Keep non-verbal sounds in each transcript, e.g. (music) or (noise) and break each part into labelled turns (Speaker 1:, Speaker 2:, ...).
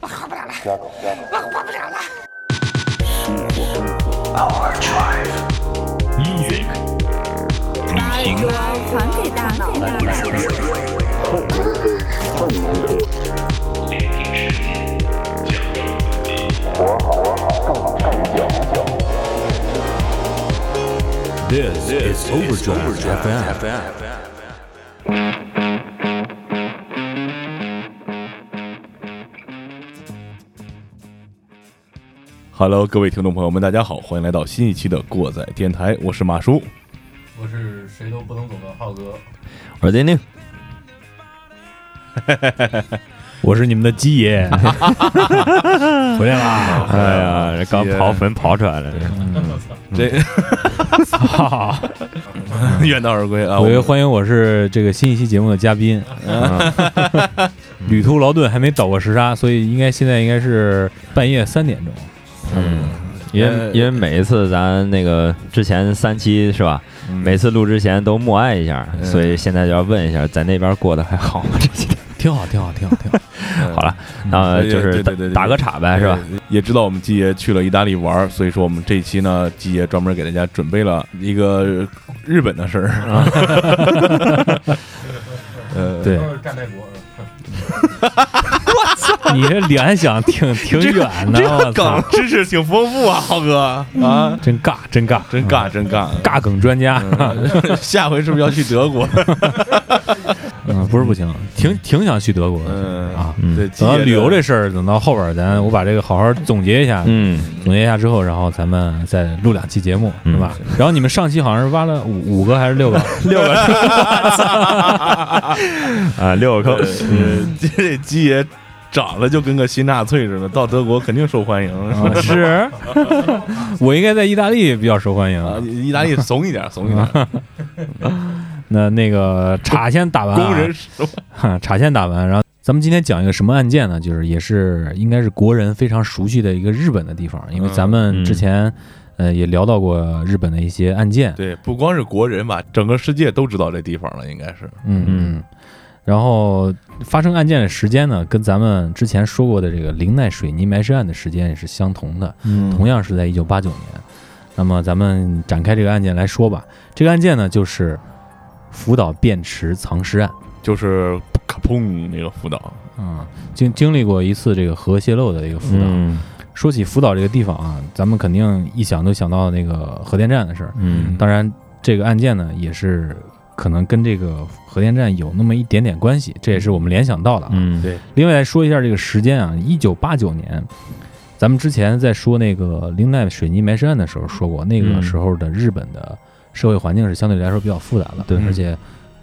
Speaker 1: 我活不了了，
Speaker 2: 加狗加狗。
Speaker 1: 我活不了了。
Speaker 3: Music，旅行，
Speaker 4: 传给大脑。
Speaker 3: This is Overdrive FM.
Speaker 5: 哈喽，各位听众朋友们，大家好，欢迎来到新一期的过载电台，我是马叔。
Speaker 6: 我是谁都不能懂的浩哥，
Speaker 7: 我是丁丁，
Speaker 8: (laughs) 我是你们的鸡爷，
Speaker 7: 啊
Speaker 8: 回来啦！
Speaker 7: 哎呀，这刚刨坟刨出来了，
Speaker 5: 嗯这
Speaker 7: 嗯
Speaker 5: (laughs) 远道而归啊！
Speaker 8: 我
Speaker 5: 我
Speaker 8: 也欢迎我是这个新一期节目的嘉宾，啊
Speaker 7: (laughs)
Speaker 8: 旅途劳顿还没倒过时差，所以应该现在应该是半夜三点钟，
Speaker 7: 嗯
Speaker 8: 嗯
Speaker 7: 因为因为每一次咱那个之前三期是吧，
Speaker 8: 嗯
Speaker 7: 每次录之前都默哀一下，所以现在就要问一下，在那边过得还好吗？这几天
Speaker 8: 挺好，挺好，挺好，嗯挺好。
Speaker 7: (laughs) 好了，那
Speaker 5: 对
Speaker 7: 就是
Speaker 5: 对
Speaker 7: 打
Speaker 5: 对对对
Speaker 7: 打个岔呗，是吧？
Speaker 5: 也知道我们季爷去了意大利玩儿，所以说我们这一期呢，季爷专门给大家准备了一个日本的事儿。呃，
Speaker 8: 对
Speaker 6: 都是战败国。
Speaker 8: (laughs) 你这联想挺挺远的，我操，
Speaker 5: 梗知识挺丰富啊，浩哥啊，
Speaker 8: 真尬，真尬，
Speaker 5: 真嗯尬真尬，
Speaker 8: 尬梗专家，
Speaker 5: (laughs) 下回是不是要去德国？
Speaker 8: (laughs) 嗯，不是不行，挺挺想去德国的。
Speaker 5: 嗯
Speaker 8: 啊
Speaker 5: (laughs) 对，
Speaker 8: 等到
Speaker 5: 季爷
Speaker 8: 旅游
Speaker 5: 的
Speaker 8: 这事儿，等到后边儿咱我把这个好好总结一下，
Speaker 7: 嗯，
Speaker 8: 总结一下之后，然后咱们再录两期节目，
Speaker 7: 嗯
Speaker 8: 是吧？然后你们上期好像是挖了五五个还是
Speaker 5: (laughs)
Speaker 8: 六个？
Speaker 7: 六个，啊，六个坑，
Speaker 5: 呃，这鸡爷长得就跟个新纳粹似的，到德国肯定受欢迎。是吧 (laughs)
Speaker 8: 啊、是，我应该在意大利比较受欢迎。
Speaker 5: 啊，意大利怂一点，怂一点，
Speaker 8: 那那个茶先打完、啊，
Speaker 5: 工人是吧
Speaker 8: (laughs) 哈茶先打完，然后咱们今天讲一个什么案件呢？就是也是应该是国人非常熟悉的一个日本的地方，因为咱们之前、呃也聊到过日本的一些案件，
Speaker 5: 对，不光是国人吧，整个世界都知道这地方了，应该是。
Speaker 8: 嗯
Speaker 7: 嗯
Speaker 8: 嗯。然后发生案件的时间呢，跟咱们之前说过的这个林奈水泥埋尸案的时间也是相同的，
Speaker 5: 嗯
Speaker 8: 同样是在一九八九年。那么咱们展开这个案件来说吧。这个案件呢，就是福岛便池藏尸案。
Speaker 5: 就是咔砰那个福岛，
Speaker 8: 啊，经经历过一次这个核泄漏的一个福岛。
Speaker 7: 嗯
Speaker 8: 说起福岛这个地方啊，咱们肯定一想都想到那个核电站的事儿。
Speaker 7: 嗯，
Speaker 8: 当然，这个案件呢，也是可能跟这个核电站有那么一点点关系，这也是我们联想到的啊。
Speaker 7: 嗯，
Speaker 5: 对
Speaker 8: 另外来说一下这个时间啊，一九八九年，咱们之前在说那个林奈水泥埋尸案的时候说过，那
Speaker 7: 嗯
Speaker 8: 个时候的日本的社会环境是相对来说比较复杂的，
Speaker 7: 对
Speaker 8: 而且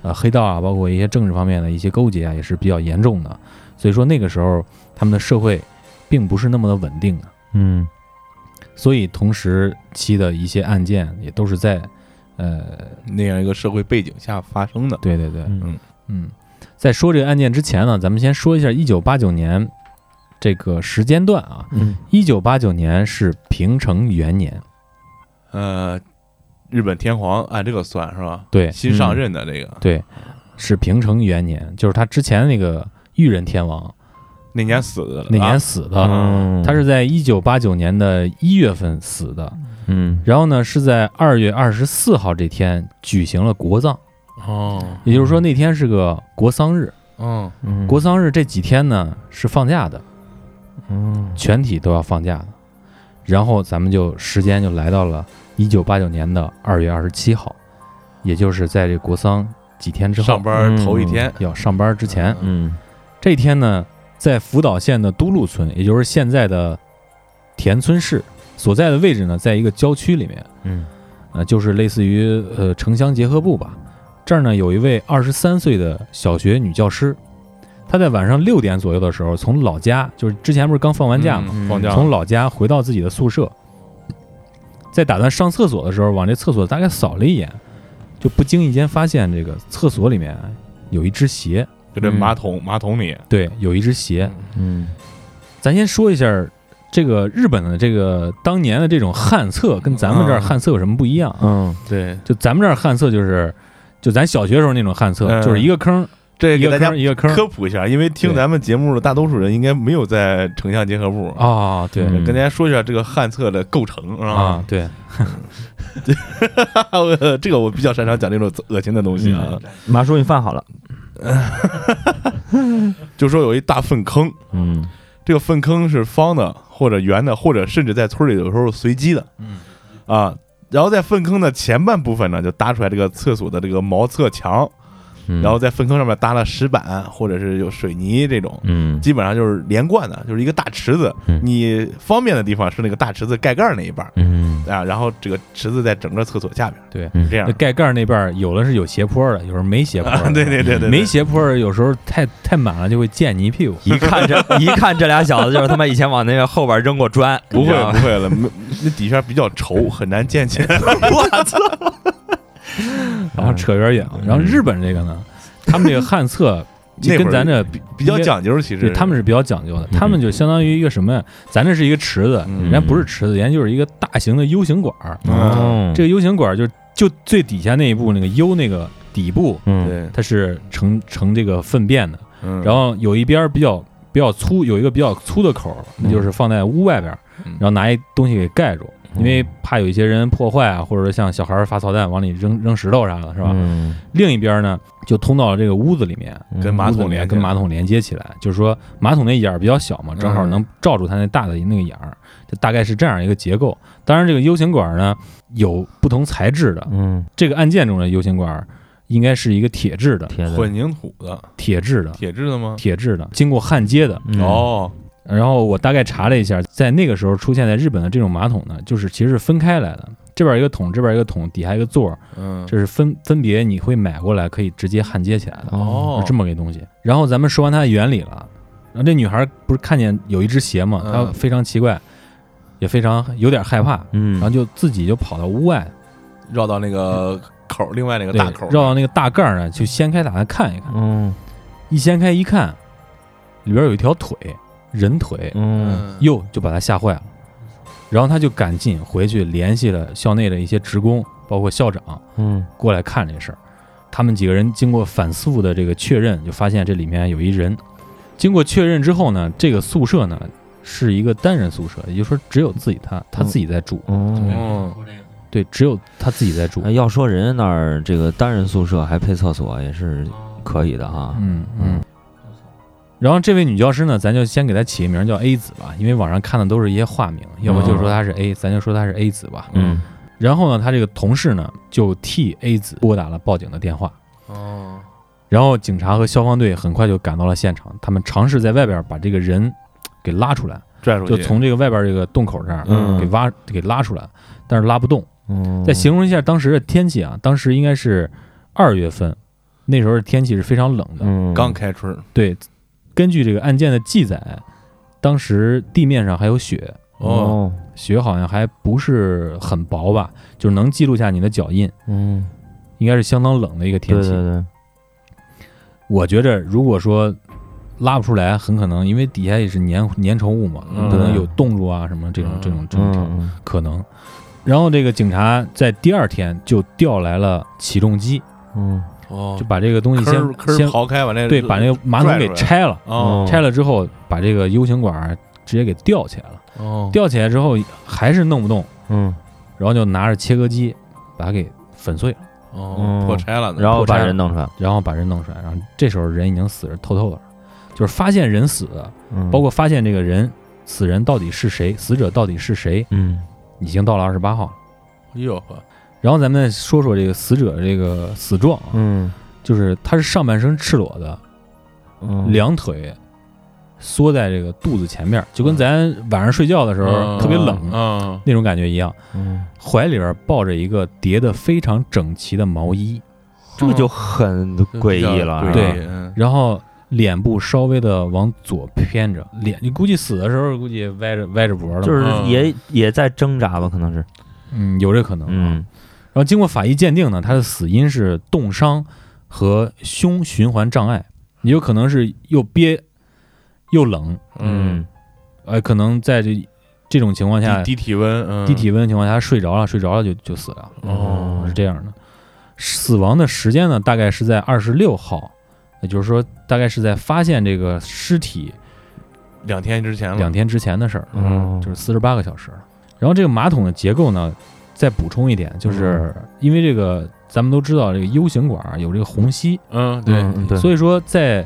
Speaker 8: 呃黑道啊，包括一些政治方面的一些勾结啊，也是比较严重的，所以说那个时候他们的社会并不是那么的稳定的，
Speaker 7: 嗯
Speaker 8: 所以同时期的一些案件也都是在呃，
Speaker 5: 那样一个社会背景下发生的。
Speaker 8: 对对对，
Speaker 5: 嗯
Speaker 8: 嗯，在说这个案件之前呢，咱们先说一下一九八九年这个时间段啊，
Speaker 7: 嗯
Speaker 8: 一九八九年是平成元年，
Speaker 5: 呃，日本天皇按这个算是吧？
Speaker 8: 对嗯
Speaker 5: 新上任的这个
Speaker 8: 对，是平成元年，就是他之前那个裕仁天王
Speaker 5: 啊那年死的了，
Speaker 8: 那年
Speaker 5: 啊
Speaker 8: 死的，
Speaker 7: 嗯，
Speaker 8: 他是在一九八九年的一月份死的，
Speaker 7: 嗯
Speaker 8: 然后呢是在二月二十四号这天举行了国葬，
Speaker 5: 哦，
Speaker 8: 也就是说那天是个国丧日，
Speaker 5: 嗯
Speaker 7: 嗯
Speaker 8: 国丧日这几天呢是放假的，
Speaker 7: 嗯
Speaker 8: 全体都要放假的，然后咱们就时间就来到了一九八九年的二月二十七号，也就是在这国丧几天之后。嗯
Speaker 5: 上班头一天，
Speaker 8: 要上班之前，
Speaker 7: 嗯
Speaker 8: 这一天呢，在福岛县的都路村，也就是现在的田村市所在的位置呢，在一个郊区里面，
Speaker 7: 嗯
Speaker 8: 呃，就是类似于呃城乡结合部吧。这儿呢，有一位二十三岁的小学女教师，她在晚上六点左右的时候，从老家，就是之前不是刚放完假吗？
Speaker 5: 嗯放假了，
Speaker 8: 从老家回到自己的宿舍，在打算上厕所的时候，往这厕所大概扫了一眼，就不经意间发现这个厕所里面有一只鞋，
Speaker 5: 就这马桶马桶里，
Speaker 8: 对，有一只鞋。
Speaker 7: 嗯
Speaker 8: 咱先说一下儿这个日本的这个当年的这种旱厕，跟咱们这儿
Speaker 5: 嗯
Speaker 8: 旱厕有什么不一样啊？
Speaker 7: 嗯
Speaker 5: 对，
Speaker 8: 就咱们这儿旱厕就是，就咱小学时候那种旱厕，
Speaker 5: 嗯
Speaker 8: 就是一个坑
Speaker 5: 这
Speaker 8: 一
Speaker 5: 给
Speaker 8: 个
Speaker 5: 大家
Speaker 8: 坑一个坑
Speaker 5: 科普一下，因为听
Speaker 8: 对
Speaker 5: 咱们节目的大多数人应该没有在城乡结合部。
Speaker 8: 啊，对
Speaker 7: 嗯
Speaker 5: 跟大家嗯说一下这个旱厕的构成
Speaker 8: 啊，，对，
Speaker 5: 呃 (laughs) 这个我比较擅长讲这种恶心的东西
Speaker 8: 嗯
Speaker 5: 啊。
Speaker 7: 马叔，你饭好了，
Speaker 5: 就说有一大粪坑，
Speaker 7: 嗯
Speaker 5: 这个粪坑是方的或者圆的，或者甚至在村里有时候随机的，
Speaker 6: 嗯，
Speaker 5: 啊，然后在粪坑的前半部分呢，就搭出来这个厕所的这个茅厕墙，
Speaker 7: 嗯，
Speaker 5: 然后在粪坑上面搭了石板或者是有水泥这种，
Speaker 7: 嗯
Speaker 5: 基本上就是连贯的，就是一个大池子
Speaker 7: 嗯。
Speaker 5: 你方便的地方是那个大池子盖盖儿那一半儿
Speaker 7: 嗯
Speaker 5: 啊，然后这个池子在整个厕所下边儿，
Speaker 8: 对
Speaker 5: 是这样
Speaker 8: 那。盖盖儿那边儿有的是有斜坡的，有时候没斜坡的
Speaker 5: 啊， (laughs) 对对对对，对
Speaker 8: 没斜坡儿有时候太太满了就会溅你
Speaker 5: (laughs)
Speaker 8: 一屁股。
Speaker 5: 嗯
Speaker 7: 一看这一看这俩小子就是他妈以前往那个后边扔过砖，
Speaker 5: 不
Speaker 7: 你知
Speaker 5: 会
Speaker 7: 道吗
Speaker 5: 不会了，没那底下比较稠，很难建起来。
Speaker 8: 然后扯有点远了。然后日本这个
Speaker 5: (laughs)
Speaker 8: 呢，他们这个旱厕就
Speaker 5: 嗯那会
Speaker 8: (laughs) 跟
Speaker 5: 儿
Speaker 8: 咱这
Speaker 5: 比比较
Speaker 8: 应该
Speaker 5: 讲究，其实
Speaker 8: 对他们是比较讲究的，
Speaker 7: 嗯
Speaker 8: 他们就相当于一个什么呀？咱这是一个池子，
Speaker 5: 嗯
Speaker 8: 人家不是池子，人家就是一个大型的 U 型管儿。
Speaker 5: 嗯
Speaker 7: 哦
Speaker 8: 这个 U 型管儿就就最底下那一步那个 U 那个底部，
Speaker 7: 嗯
Speaker 5: 对，
Speaker 8: 它是盛盛这个粪便的，
Speaker 5: 嗯
Speaker 8: 然后有一边儿比较比较粗，有一个比较粗的口儿，那就是放在屋外边儿，
Speaker 5: 嗯
Speaker 8: 然后拿一东西给盖住，
Speaker 7: 嗯
Speaker 8: 因为怕有一些人破坏啊，或者说像小孩儿发操蛋往里扔扔石头啥的，是吧？
Speaker 7: 嗯
Speaker 8: 另一边儿呢，就通到这个屋子里面，
Speaker 5: 跟马
Speaker 8: 屋子
Speaker 5: 桶
Speaker 8: 里面
Speaker 5: 连
Speaker 8: 跟
Speaker 5: 接
Speaker 8: 马桶连接起来，就是说马桶那眼儿比较小嘛，正
Speaker 5: 嗯
Speaker 8: 好能罩住它那大的那个眼儿，就大概是这样一个结构。当然，这个 U 型管儿呢有不同材质的，
Speaker 7: 嗯，
Speaker 8: 这个按键中的 U 型管儿应该是一个铁质的，
Speaker 7: 铁的
Speaker 5: 混凝土的
Speaker 8: 铁质的，
Speaker 5: 铁质的吗？
Speaker 8: 铁质的，经过焊接的。
Speaker 7: 嗯
Speaker 5: 哦，
Speaker 8: 然后我大概查了一下，在那个时候出现在日本的这种马桶呢，就是其实是分开来的，这边一个桶，这边一个桶，底下一个座儿，
Speaker 5: 嗯，
Speaker 8: 这是分分别你会买过来可以直接焊接起来
Speaker 7: 嗯
Speaker 8: 的。
Speaker 5: 哦
Speaker 8: 嗯是这么个东西。然后咱们说完它的原理了，然后这女孩不是看见有一只鞋嘛，
Speaker 5: 嗯
Speaker 8: 她非常奇怪，也非常有点害怕，
Speaker 7: 嗯
Speaker 8: 然后就自己就跑到屋外，
Speaker 5: 绕到那个口儿，另外那个
Speaker 8: 对
Speaker 5: 大口儿，
Speaker 8: 绕到那个大盖儿呢，就掀开打算看一看，
Speaker 7: 嗯
Speaker 8: 一掀开一看，里边有一条腿，人腿，
Speaker 7: 嗯
Speaker 5: 嗯，
Speaker 8: 哟，就把她吓坏了。然后她就赶紧回去联系了校内的一些职工，包括校长
Speaker 7: 嗯
Speaker 8: 过来看这事儿。他们几个人经过反复的这个确认，就发现这里面有一人。经过确认之后呢，这个宿舍呢是一个单人宿舍，也就是说只有自己他
Speaker 7: 嗯
Speaker 8: 他自己在住，
Speaker 7: 哦。
Speaker 5: 哦，
Speaker 6: 这个
Speaker 8: 对，只有他自己在住。
Speaker 7: 哎要说人家那儿这个单人宿舍还配厕所也是可以的哈，
Speaker 8: 嗯嗯。然后这位女教师呢，咱就先给她起个名叫 A 子吧，因为网上看的都是一些化名，要不就说她是 A，、咱就说她是 A 子吧。
Speaker 7: 嗯
Speaker 8: 然后呢，她这个同事呢就替 A 子拨打了报警的电话。
Speaker 5: 哦，
Speaker 8: 然后警察和消防队很快就赶到了现场，他们尝试在外边把这个人给拉出来，
Speaker 5: 拽
Speaker 7: 嗯
Speaker 5: 出
Speaker 8: 就
Speaker 5: 去，
Speaker 8: 从这个外边这个洞口这儿
Speaker 5: 嗯
Speaker 8: 给挖给拉出来，但是拉不动。
Speaker 7: 嗯，
Speaker 8: 再形容一下当时的天气啊，当时应该是二月份，那时候的天气是非常冷的。
Speaker 7: 嗯
Speaker 5: 刚开春，
Speaker 8: 对，根据这个案件的记载，当时地面上还有雪，
Speaker 7: 哦
Speaker 8: 雪好像还不是很薄吧，就是能记录下你的脚印，
Speaker 7: 嗯，
Speaker 8: 应该是相当冷的一个天
Speaker 7: 对
Speaker 8: 气。
Speaker 7: 对对，
Speaker 8: 我觉着如果说拉不出来，很可能因为底下也是粘粘稠物嘛，
Speaker 5: 嗯
Speaker 8: 可能有冻住啊什么这种
Speaker 5: 嗯
Speaker 8: 这种这种
Speaker 7: 嗯嗯
Speaker 8: 可能。然后这个警察在第二天就调来了起重机，
Speaker 7: 嗯
Speaker 5: 哦
Speaker 8: 就，把这个东西
Speaker 5: 坑儿坑
Speaker 8: 先
Speaker 5: 儿
Speaker 8: 先
Speaker 5: 刨开完了，
Speaker 8: 对把那个马桶给
Speaker 5: 拽出来
Speaker 8: 拆了，
Speaker 5: 哦
Speaker 8: 拆了之后把这个 U 型管儿直接给吊起来了，
Speaker 5: 哦，
Speaker 8: 吊起来之后还是弄不动，
Speaker 7: 嗯，
Speaker 8: 然后就拿着切割机把它给粉碎了，
Speaker 5: 哦
Speaker 7: 嗯
Speaker 5: 破拆了呢，
Speaker 7: 然后
Speaker 8: 破
Speaker 7: 把
Speaker 8: 绽
Speaker 7: 人弄出来，
Speaker 8: 然后把人弄出来，然后这时候人已经死是透透的了，就是发现人死的
Speaker 7: 嗯
Speaker 8: 包括发现这个人死人到底是谁，死者到底是谁，
Speaker 7: 嗯
Speaker 8: 已经到了二十八号了。
Speaker 5: 哟哎呵，
Speaker 8: 然后咱们再说说这个死者这个死状啊，
Speaker 7: 嗯
Speaker 8: 就是他是上半身赤裸的，
Speaker 7: 嗯
Speaker 8: 两腿缩在这个肚子前面，就
Speaker 7: 嗯
Speaker 8: 跟咱晚上睡觉的时候
Speaker 5: 嗯
Speaker 8: 特别冷
Speaker 5: 嗯，
Speaker 8: 那种感觉一样，
Speaker 7: 嗯，
Speaker 8: 怀里边抱着一个叠的非常整齐的毛衣，
Speaker 7: 这个就很诡异了，是吧
Speaker 8: 对
Speaker 5: 嗯
Speaker 8: 然后脸部稍微的往左偏着，脸你估计死的时候估计歪着歪着脖了嘛，
Speaker 7: 就是
Speaker 5: 嗯
Speaker 7: 也也在挣扎吧，可能是，
Speaker 8: 嗯有这可能啊，
Speaker 7: 嗯
Speaker 8: 然后经过法医鉴定呢，他的死因是冻伤和胸循环障碍，也有可能是又憋又冷，
Speaker 5: 嗯，
Speaker 8: 呃，可能在这这种情况下
Speaker 5: 低低体温，嗯
Speaker 8: 低哎体嗯温的情况下他睡着了，睡着了就就死了，
Speaker 5: 哦
Speaker 8: 是这样的。死亡的时间呢，大概是在二十六号，也就是说，大概是在发现这个尸体
Speaker 5: 两天之前了，
Speaker 8: 两天之前的事儿，
Speaker 7: 嗯
Speaker 8: 就是四十八个小时。然后这个马桶的结构呢，再补充一点，就是
Speaker 5: 嗯
Speaker 8: 因为这个咱们都知道这个 U 型管儿有这个虹吸，
Speaker 5: 嗯，对，
Speaker 7: 嗯对，
Speaker 8: 所以说在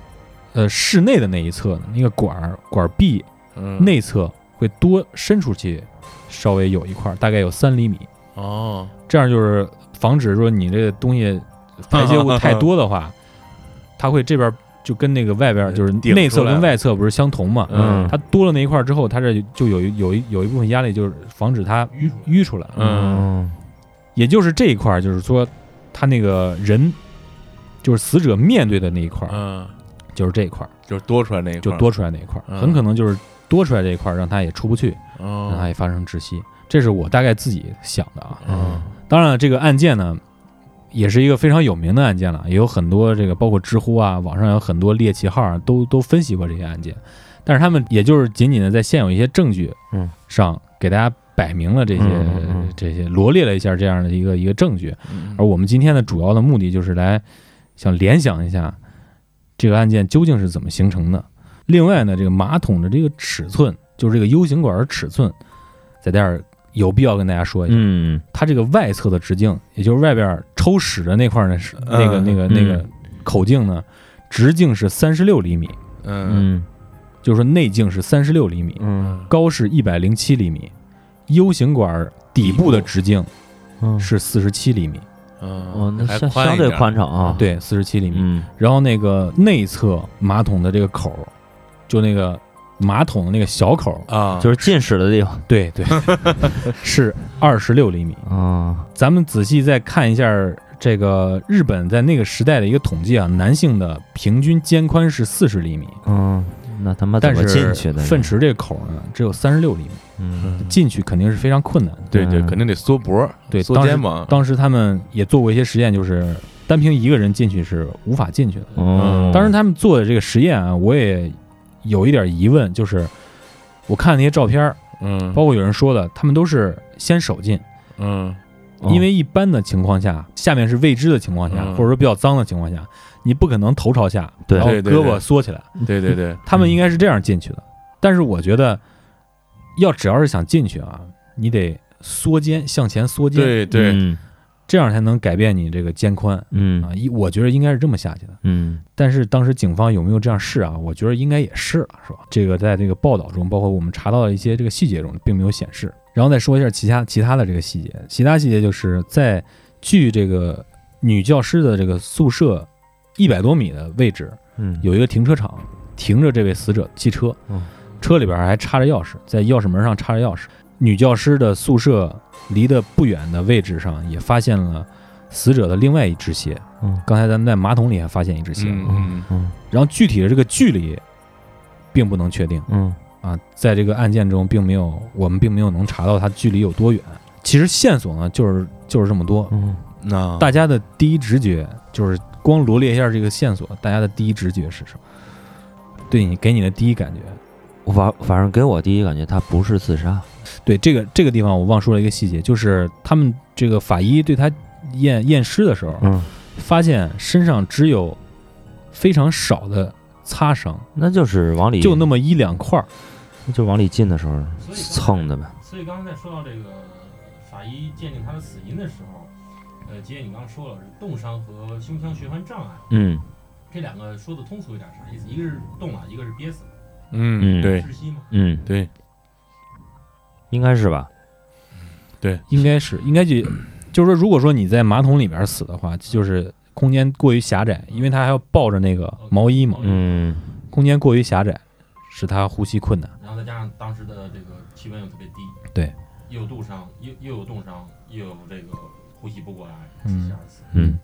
Speaker 8: 呃室内的那一侧呢，那个管儿管儿壁
Speaker 5: 嗯，
Speaker 8: 内侧会多伸出去稍微有一块儿，大概有三厘米，
Speaker 5: 哦，
Speaker 8: 这样就是防止说你这个东
Speaker 5: (laughs)
Speaker 8: 西排泄物太多的话，它会这边儿就跟那个外边儿就是
Speaker 5: 顶出来
Speaker 8: 内侧
Speaker 5: 了
Speaker 8: 跟外侧不是相同嘛，
Speaker 5: 嗯
Speaker 8: 它多了那一块儿之后，它这就有一有一有一部分压力，就是防止它
Speaker 6: 淤出来
Speaker 8: 淤出来。
Speaker 7: 嗯
Speaker 8: 也就是这一块儿，就是说他那个人，就是死者面对的那一块儿，
Speaker 5: 嗯，
Speaker 8: 就是这一块儿，
Speaker 5: 就是多出来那一
Speaker 8: 就
Speaker 5: 块儿，
Speaker 8: 多出来那一块儿，
Speaker 5: 嗯
Speaker 8: 很可能就是多出来这一块儿，让他也出不去，让他
Speaker 5: 哦，
Speaker 8: 也发生窒息。这是我大概自己想的啊。
Speaker 5: 嗯
Speaker 8: 当然了，这个案件呢，也是一个非常有名的案件了，也有很多这个包括知乎啊，网上有很多猎奇号啊，都都分析过这些案件，但是他们也就是仅仅的在现有一些证据
Speaker 7: 嗯
Speaker 8: 上给大家摆明了这些、
Speaker 7: 嗯嗯嗯
Speaker 8: 这些罗列了一下这样的一个一个证据，
Speaker 5: 嗯
Speaker 8: 而我们今天的主要的目的就是来想联想一下这个案件究竟是怎么形成的。另外呢，这个马桶的这个尺寸，就是这个 U 型管的尺寸，在这儿有必要跟大家说一下。
Speaker 7: 嗯
Speaker 8: 它这个外侧的直径，也就是外边抽屎的那块儿呢，是那个
Speaker 5: 嗯
Speaker 8: 那个
Speaker 7: 嗯
Speaker 8: 那个口径呢，直径是三十六厘米，
Speaker 5: 嗯
Speaker 7: 嗯
Speaker 8: 就是说内径是三十六厘米，
Speaker 7: 嗯
Speaker 8: 高是一百零七厘米。U 型管儿底部的直径
Speaker 7: 嗯，
Speaker 8: 是四十七厘米，
Speaker 5: 嗯，
Speaker 7: 哦，那
Speaker 5: 还
Speaker 7: 相
Speaker 5: 宽
Speaker 7: 相
Speaker 5: 一
Speaker 7: 对
Speaker 5: 点儿
Speaker 7: 宽敞啊，，
Speaker 8: 对，四十七厘米。
Speaker 7: 嗯
Speaker 8: 然后那个内侧马桶的这个口儿，就那个马桶的那个小口儿，
Speaker 5: 啊，
Speaker 7: 就是进屎的地
Speaker 8: (laughs)
Speaker 7: 方
Speaker 8: 对对，是二十六厘米。
Speaker 7: 啊，
Speaker 8: 咱们仔细再看一下这个日本在那个时代的一个统计啊，男性的平均肩宽是四十厘米，
Speaker 7: 嗯，那他妈怎
Speaker 8: 但
Speaker 7: 么
Speaker 8: 是
Speaker 7: 进去的呢？
Speaker 8: 粪池这个口呢只有三十六厘米，
Speaker 7: 嗯
Speaker 5: 嗯
Speaker 8: 进去肯定是非常困难的。
Speaker 5: 对对，
Speaker 7: 嗯
Speaker 5: 肯定得缩脖儿，
Speaker 8: 对
Speaker 5: 缩
Speaker 8: 当时
Speaker 5: 肩膀，
Speaker 8: 当时他们也做过一些实验，就是单凭一个人进去是无法进去的。
Speaker 7: 嗯，
Speaker 8: 当时他们做的这个实验啊，我也有一点疑问，就是我看那些照片儿，
Speaker 5: 嗯，
Speaker 8: 包括有人说的，他们都是先手进，
Speaker 5: 嗯
Speaker 7: 哦
Speaker 8: 因为一般的情况下，下面是未知的情况下，
Speaker 5: 嗯
Speaker 8: 或者说比较脏的情况下，你不可能头朝下，
Speaker 7: 对
Speaker 8: 然后
Speaker 5: 对对
Speaker 8: 胳
Speaker 5: 对嗯
Speaker 8: 膊缩起来。
Speaker 5: 对对对，
Speaker 8: 他们应该是这样进去的。但是我觉得，要只要是想进去啊，你得缩肩向前缩肩，
Speaker 5: 对对，
Speaker 7: 嗯
Speaker 8: 这样才能改变你这个肩宽啊。
Speaker 7: 嗯
Speaker 8: 一我觉得应该是这么下去的。
Speaker 7: 嗯
Speaker 8: 但是当时警方有没有这样试啊？我觉得应该也试了，是吧？这个在这个报道中，包括我们查到的一些这个细节中，并没有显示。然后再说一下其他其他的这个细节，其他细节就是在距这个女教师的这个宿舍一百多米的位置，
Speaker 7: 嗯，
Speaker 8: 有一个停车场，停着这位死者汽车
Speaker 7: 嗯，
Speaker 8: 车里边还插着钥匙，在钥匙门上插着钥匙。女教师的宿舍离得不远的位置上，也发现了死者的另外一只鞋
Speaker 7: 嗯。
Speaker 8: 刚才咱们在马桶里还发现一只鞋，
Speaker 5: 嗯
Speaker 7: 嗯
Speaker 8: 然后具体的这个距离并不能确定
Speaker 7: 嗯
Speaker 8: 啊，在这个案件中并没有我们并没有能查到它距离有多远。其实线索呢就是就是这么多，
Speaker 7: 嗯
Speaker 5: 那
Speaker 8: 大家的第一直觉就是光罗列一下这个线索，大家的第一直觉是什么？对你给你的第一感觉，
Speaker 7: 我反反正给我第一感觉，他不是自杀。
Speaker 8: 对这个这个地方我忘说了一个细节，就是他们这个法医对他验验尸的时候，
Speaker 7: 嗯，
Speaker 8: 发现身上只有非常少的擦伤，
Speaker 7: 那就是往里
Speaker 8: 就那么一两块儿。
Speaker 7: 就往里进的时候
Speaker 6: 所以
Speaker 7: 蹭的呗。
Speaker 6: 所以刚才在说到这个法医鉴定他的死因的时候，呃，杰爷你刚刚说了是冻伤和胸腔循环障碍
Speaker 7: 嗯
Speaker 6: 这两个说的通俗一点是啥意思？一个是冻了，一个是憋死，
Speaker 5: 嗯
Speaker 7: 嗯
Speaker 5: 对
Speaker 6: 窒息嘛。
Speaker 7: 嗯，
Speaker 5: 对，
Speaker 7: 应该是吧？
Speaker 8: 应该是应该就就是说，如果说你在马桶里边死的话，就是空间过于狭窄，因为他还要抱着那个毛衣嘛，
Speaker 7: 嗯
Speaker 8: 空间过于狭窄，使他呼吸困难。
Speaker 6: 然后再加上当时的这个气温又特别低，
Speaker 8: 对，
Speaker 6: 又有冻伤，又又有冻伤，又有这个呼吸不过来，
Speaker 8: 嗯
Speaker 6: 窒息而死。
Speaker 7: 嗯。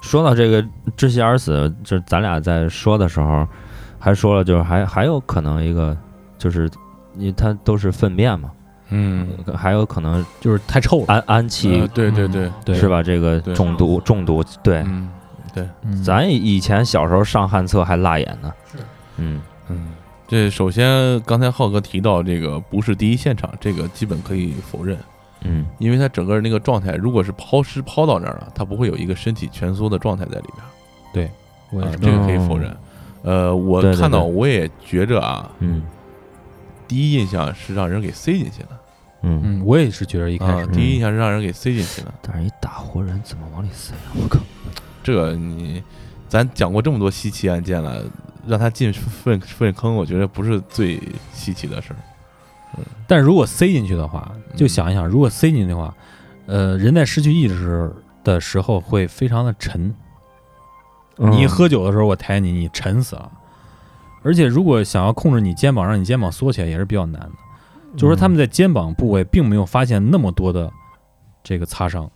Speaker 7: 说到这个窒息而死，就是咱俩在说的时候，还说了，就是还还有可能一个，就是你它都是粪便嘛，呃
Speaker 5: 嗯，
Speaker 7: 还有可能
Speaker 8: 就是太臭了。
Speaker 7: 氨氨气、
Speaker 5: 呃对对对，
Speaker 8: 对
Speaker 7: 是吧？这个
Speaker 5: 对
Speaker 7: 中毒中毒，对，
Speaker 5: 嗯
Speaker 8: 嗯
Speaker 7: 咱以前小时候上旱厕还辣眼呢。
Speaker 6: 是
Speaker 7: 嗯
Speaker 5: 嗯。这首先，刚才浩哥提到这个不是第一现场，这个基本可以否认，
Speaker 7: 嗯
Speaker 5: 因为他整个那个状态，如果是抛尸抛到那儿了，他不会有一个身体蜷缩的状态在里边。
Speaker 8: 对，为
Speaker 5: 啊
Speaker 8: 什么
Speaker 5: 这个可以否认。呃，我
Speaker 7: 对对
Speaker 5: 看到
Speaker 7: 对
Speaker 5: 我也觉着啊，
Speaker 7: 嗯
Speaker 5: 第一印象是让人给塞进去了
Speaker 7: 嗯，
Speaker 8: 嗯，我也是觉得一开
Speaker 5: 啊
Speaker 8: 始，，嗯
Speaker 5: 第一印象是让人给塞进去了。
Speaker 7: 但是一大活人怎么往里塞啊？我靠！
Speaker 5: 这个你，咱讲过这么多稀奇案件了，让他进粪粪坑，我觉得不是最稀奇的事儿。
Speaker 8: 但如果塞进去的话，就想一想，如果塞进去的话，呃，人在失去意识的时候会非常的沉。
Speaker 7: 嗯
Speaker 8: 你一喝酒的时候，我抬你，你沉死了。而且如果想要控制你肩膀，让你肩膀缩起来，也是比较难的。就是说他们在肩膀部位并没有发现那么多的这个擦伤，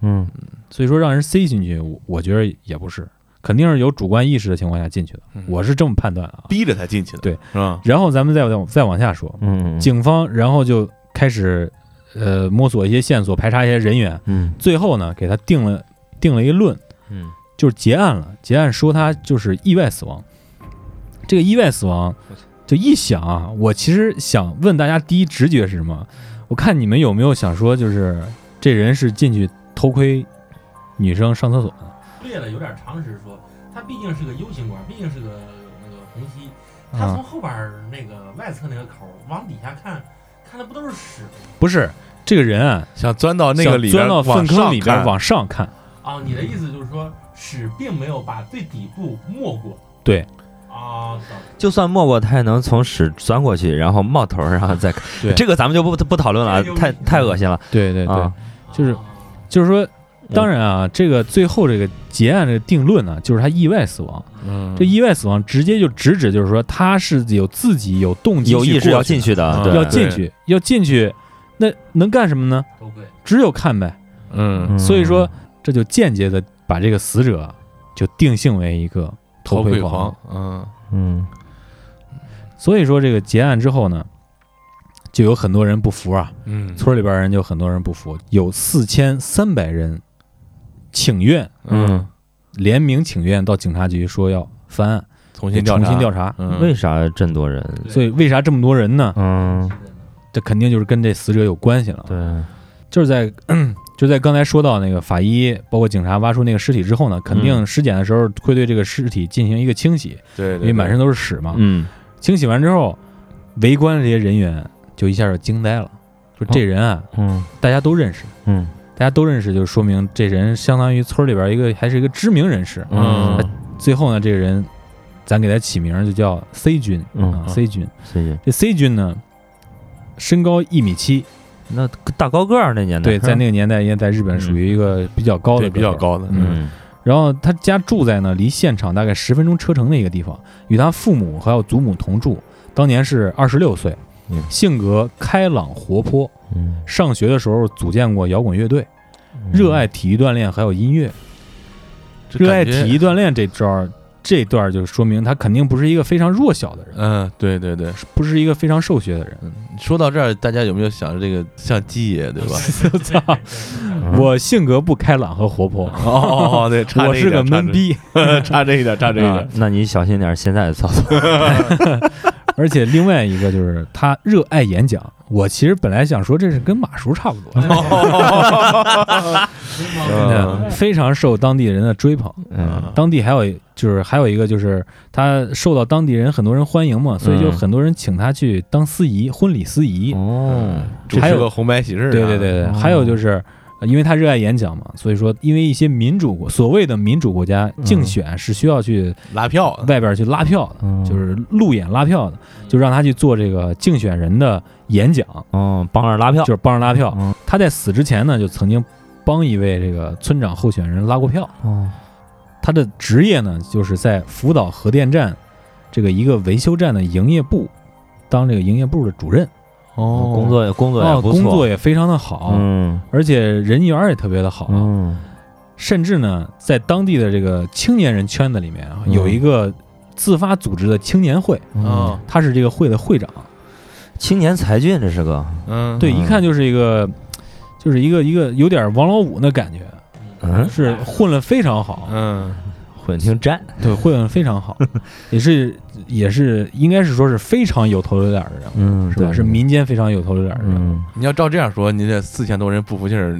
Speaker 7: 嗯，
Speaker 8: 所以说让人塞进去，我我觉得也不是，肯定是有主观意识的情况下进去的，我是这么判断啊。
Speaker 5: 逼着他进去的，
Speaker 8: 对，
Speaker 5: 是吧？
Speaker 8: 然后咱们再往再往下说，
Speaker 7: 嗯嗯
Speaker 8: 警方然后就开始呃摸索一些线索，排查一些人员，
Speaker 7: 嗯
Speaker 8: 最后呢给他定了定了一论，
Speaker 7: 嗯
Speaker 8: 就是结案了。结案说他就是意外死亡。这个意外死亡，就一想啊，我其实想问大家第一直觉是什么？我看你们有没有想说，就是这人是进去偷窥女生上厕所的？
Speaker 6: 略了有点常识说，他毕竟是个 U 型管，毕竟是个那个虹吸，他
Speaker 8: 啊
Speaker 6: 从，后边儿那个外侧那个口儿往底下看，看的不都是屎吗？
Speaker 8: 不是，这个人啊，
Speaker 5: 想钻到哦那个里边儿，
Speaker 8: 想钻到粪坑里边儿
Speaker 5: 往上
Speaker 8: 往上看，
Speaker 6: 啊，你的意思就是说屎并没有把最底部没过
Speaker 8: 对，
Speaker 6: 啊？懂
Speaker 7: 就算没过，他也能从屎钻过去，然后冒头，然后再
Speaker 8: 对
Speaker 7: 这个咱们就不不讨论了啊
Speaker 6: 这，个
Speaker 7: 太
Speaker 6: 有意思
Speaker 7: 太恶心了
Speaker 8: 对对
Speaker 7: 啊！
Speaker 8: 就是
Speaker 6: 啊
Speaker 8: 就是说，当然啊，这个最后这个结案的定论呢、就是他意外死亡。
Speaker 5: 看，
Speaker 8: 这意外死亡直接就直指就是说他是有自己有动机
Speaker 7: 有意识要进
Speaker 8: 去
Speaker 7: 去的
Speaker 5: 啊，
Speaker 7: 对
Speaker 8: 过去，要进去，要进去，那能干什么呢？
Speaker 6: 都会
Speaker 8: 只有看呗。
Speaker 5: 嗯，
Speaker 7: 嗯
Speaker 8: 所以说，这就间接的把这个死者就定性为一个
Speaker 5: 偷
Speaker 8: 偷
Speaker 5: 窥
Speaker 8: 窥
Speaker 5: 狂，嗯
Speaker 7: 嗯
Speaker 8: 所以说，这个结案之后呢，就有很多人不服啊，
Speaker 5: 嗯
Speaker 8: 村里边人就很多人不服，有四千三百人请愿，
Speaker 5: 嗯，
Speaker 8: 联名请愿到警察局说要翻案，
Speaker 5: 重
Speaker 8: 重
Speaker 5: 新调查，
Speaker 8: 重新调查。
Speaker 5: 嗯，
Speaker 7: 为啥这么多人？
Speaker 8: 所以 (laughs) 为啥这么多人呢？
Speaker 7: 嗯，
Speaker 8: 这肯定就是跟这死者有关系了。
Speaker 7: 对，
Speaker 8: 就是在 (clears throat) 就是在刚才说到那个法医，包括警察挖出那个尸体之后呢，肯定尸检的时候会对这个尸体进行一个清洗，
Speaker 5: 嗯对，
Speaker 8: 因为满身都是屎嘛。
Speaker 7: 嗯
Speaker 8: 清洗完之后，围观的这些人员就一下就惊呆了，说
Speaker 5: 哦
Speaker 8: 这人啊，
Speaker 7: 嗯
Speaker 8: 大家都认识，
Speaker 7: 嗯
Speaker 8: 大家都认识，就说明这人相当于村里边一个还是一个知名人士。
Speaker 7: 哎
Speaker 5: 嗯
Speaker 8: 最后呢，这个人咱给他起名就叫 C 君啊
Speaker 7: 嗯，
Speaker 8: ，C 君。
Speaker 7: 谢谢。
Speaker 8: 这 C 君呢，身高一米七，
Speaker 7: 那大高个儿那年代，
Speaker 8: 对，在
Speaker 7: 是吧
Speaker 8: 那个年代，应该在日本属于一个比较高的
Speaker 5: 嗯对
Speaker 8: 个头
Speaker 5: 比较。高的，
Speaker 7: 嗯
Speaker 8: 然后他家住在呢离现场大概十分钟车程的一个地方，与他父母还有祖母同住。当年是二十六岁
Speaker 7: 嗯，
Speaker 8: 性格开朗活泼。
Speaker 7: 嗯，
Speaker 8: 上学的时候组建过摇滚乐队，热爱体育锻炼还有音乐。
Speaker 5: 这
Speaker 8: 热爱
Speaker 5: 嗯感觉
Speaker 8: 体育，锻炼这招儿，这段儿就说明他肯定不是一个非常弱小的人，
Speaker 5: 嗯，对对对。
Speaker 8: 不是一个非常瘦削的人。
Speaker 5: 说到这儿，大家有没有想着这个像鸡爷
Speaker 8: (laughs)
Speaker 5: 对吧？
Speaker 6: 我 (laughs)
Speaker 8: 操！我性格不开朗和活泼，
Speaker 5: 哦，对，差
Speaker 8: 我
Speaker 5: 这一
Speaker 8: 是
Speaker 5: 点
Speaker 8: 个闷，逼， (laughs)
Speaker 5: 差这一点，差这一
Speaker 7: 啊
Speaker 5: 点。，
Speaker 7: 那你小心点儿现在的操作。
Speaker 8: 而且另外一个就是他热爱演讲。我其实本来想说这是跟马叔差不多，哦真
Speaker 6: 嗯
Speaker 8: 的非常受当地人的追捧。
Speaker 7: 嗯
Speaker 8: 当地还有就是还有一个就是他受到当地人很多人欢迎嘛，所以就
Speaker 7: 嗯
Speaker 8: 很多人请他去当司仪，婚礼司仪。
Speaker 7: 哦，
Speaker 5: 主
Speaker 8: 还
Speaker 5: 持
Speaker 8: 有
Speaker 5: 个红白喜事啊，
Speaker 8: 对对对对，
Speaker 7: 哦
Speaker 8: 还有就是。呃因为他热爱演讲嘛，所以说，因为一些民主国所谓的民主国家
Speaker 7: 嗯
Speaker 8: 竞选是需要去
Speaker 5: 拉票，啊
Speaker 8: 外边去拉票的，
Speaker 7: 嗯
Speaker 8: 就是路演拉票的，就让他去做这个竞选人的演讲，
Speaker 7: 哦，帮着拉票
Speaker 8: 就，是帮着拉票。
Speaker 7: 嗯
Speaker 8: 他在死之前呢，就曾经帮一位这个村长候选人拉过票。
Speaker 7: 哦，
Speaker 8: 他的职业呢，就是在福岛核电站这个一个维修站的营业部当这个营业部的主任，
Speaker 5: 哦
Speaker 7: 工作也工作也
Speaker 8: 哦，
Speaker 7: 不
Speaker 8: 工
Speaker 7: 错，
Speaker 8: 作也哦非常的好，
Speaker 7: 嗯
Speaker 8: 而且人缘也特别的好，
Speaker 7: 嗯
Speaker 8: 甚至呢，在当地的这个青年人圈子里面啊，
Speaker 7: 嗯
Speaker 8: 有一个自发组织的青年会，
Speaker 7: 嗯，
Speaker 5: 啊，
Speaker 8: 他是这个会的会长。
Speaker 7: 青年才俊这是个，
Speaker 5: 嗯，
Speaker 8: 对，
Speaker 7: 嗯
Speaker 8: 一看就是一个，就是一个一个有点王老五那感觉，
Speaker 7: 嗯
Speaker 8: 是混了非常好，
Speaker 5: 嗯，
Speaker 7: 混听站，
Speaker 8: 对，混得
Speaker 7: (laughs)
Speaker 8: 非常好，也是也是应该是说是非常有头有脸的人物，
Speaker 7: 嗯
Speaker 8: 是吧？是民间非常有头有脸的人物。
Speaker 7: 嗯
Speaker 5: 你要照这样说，你这四千多人不服气儿，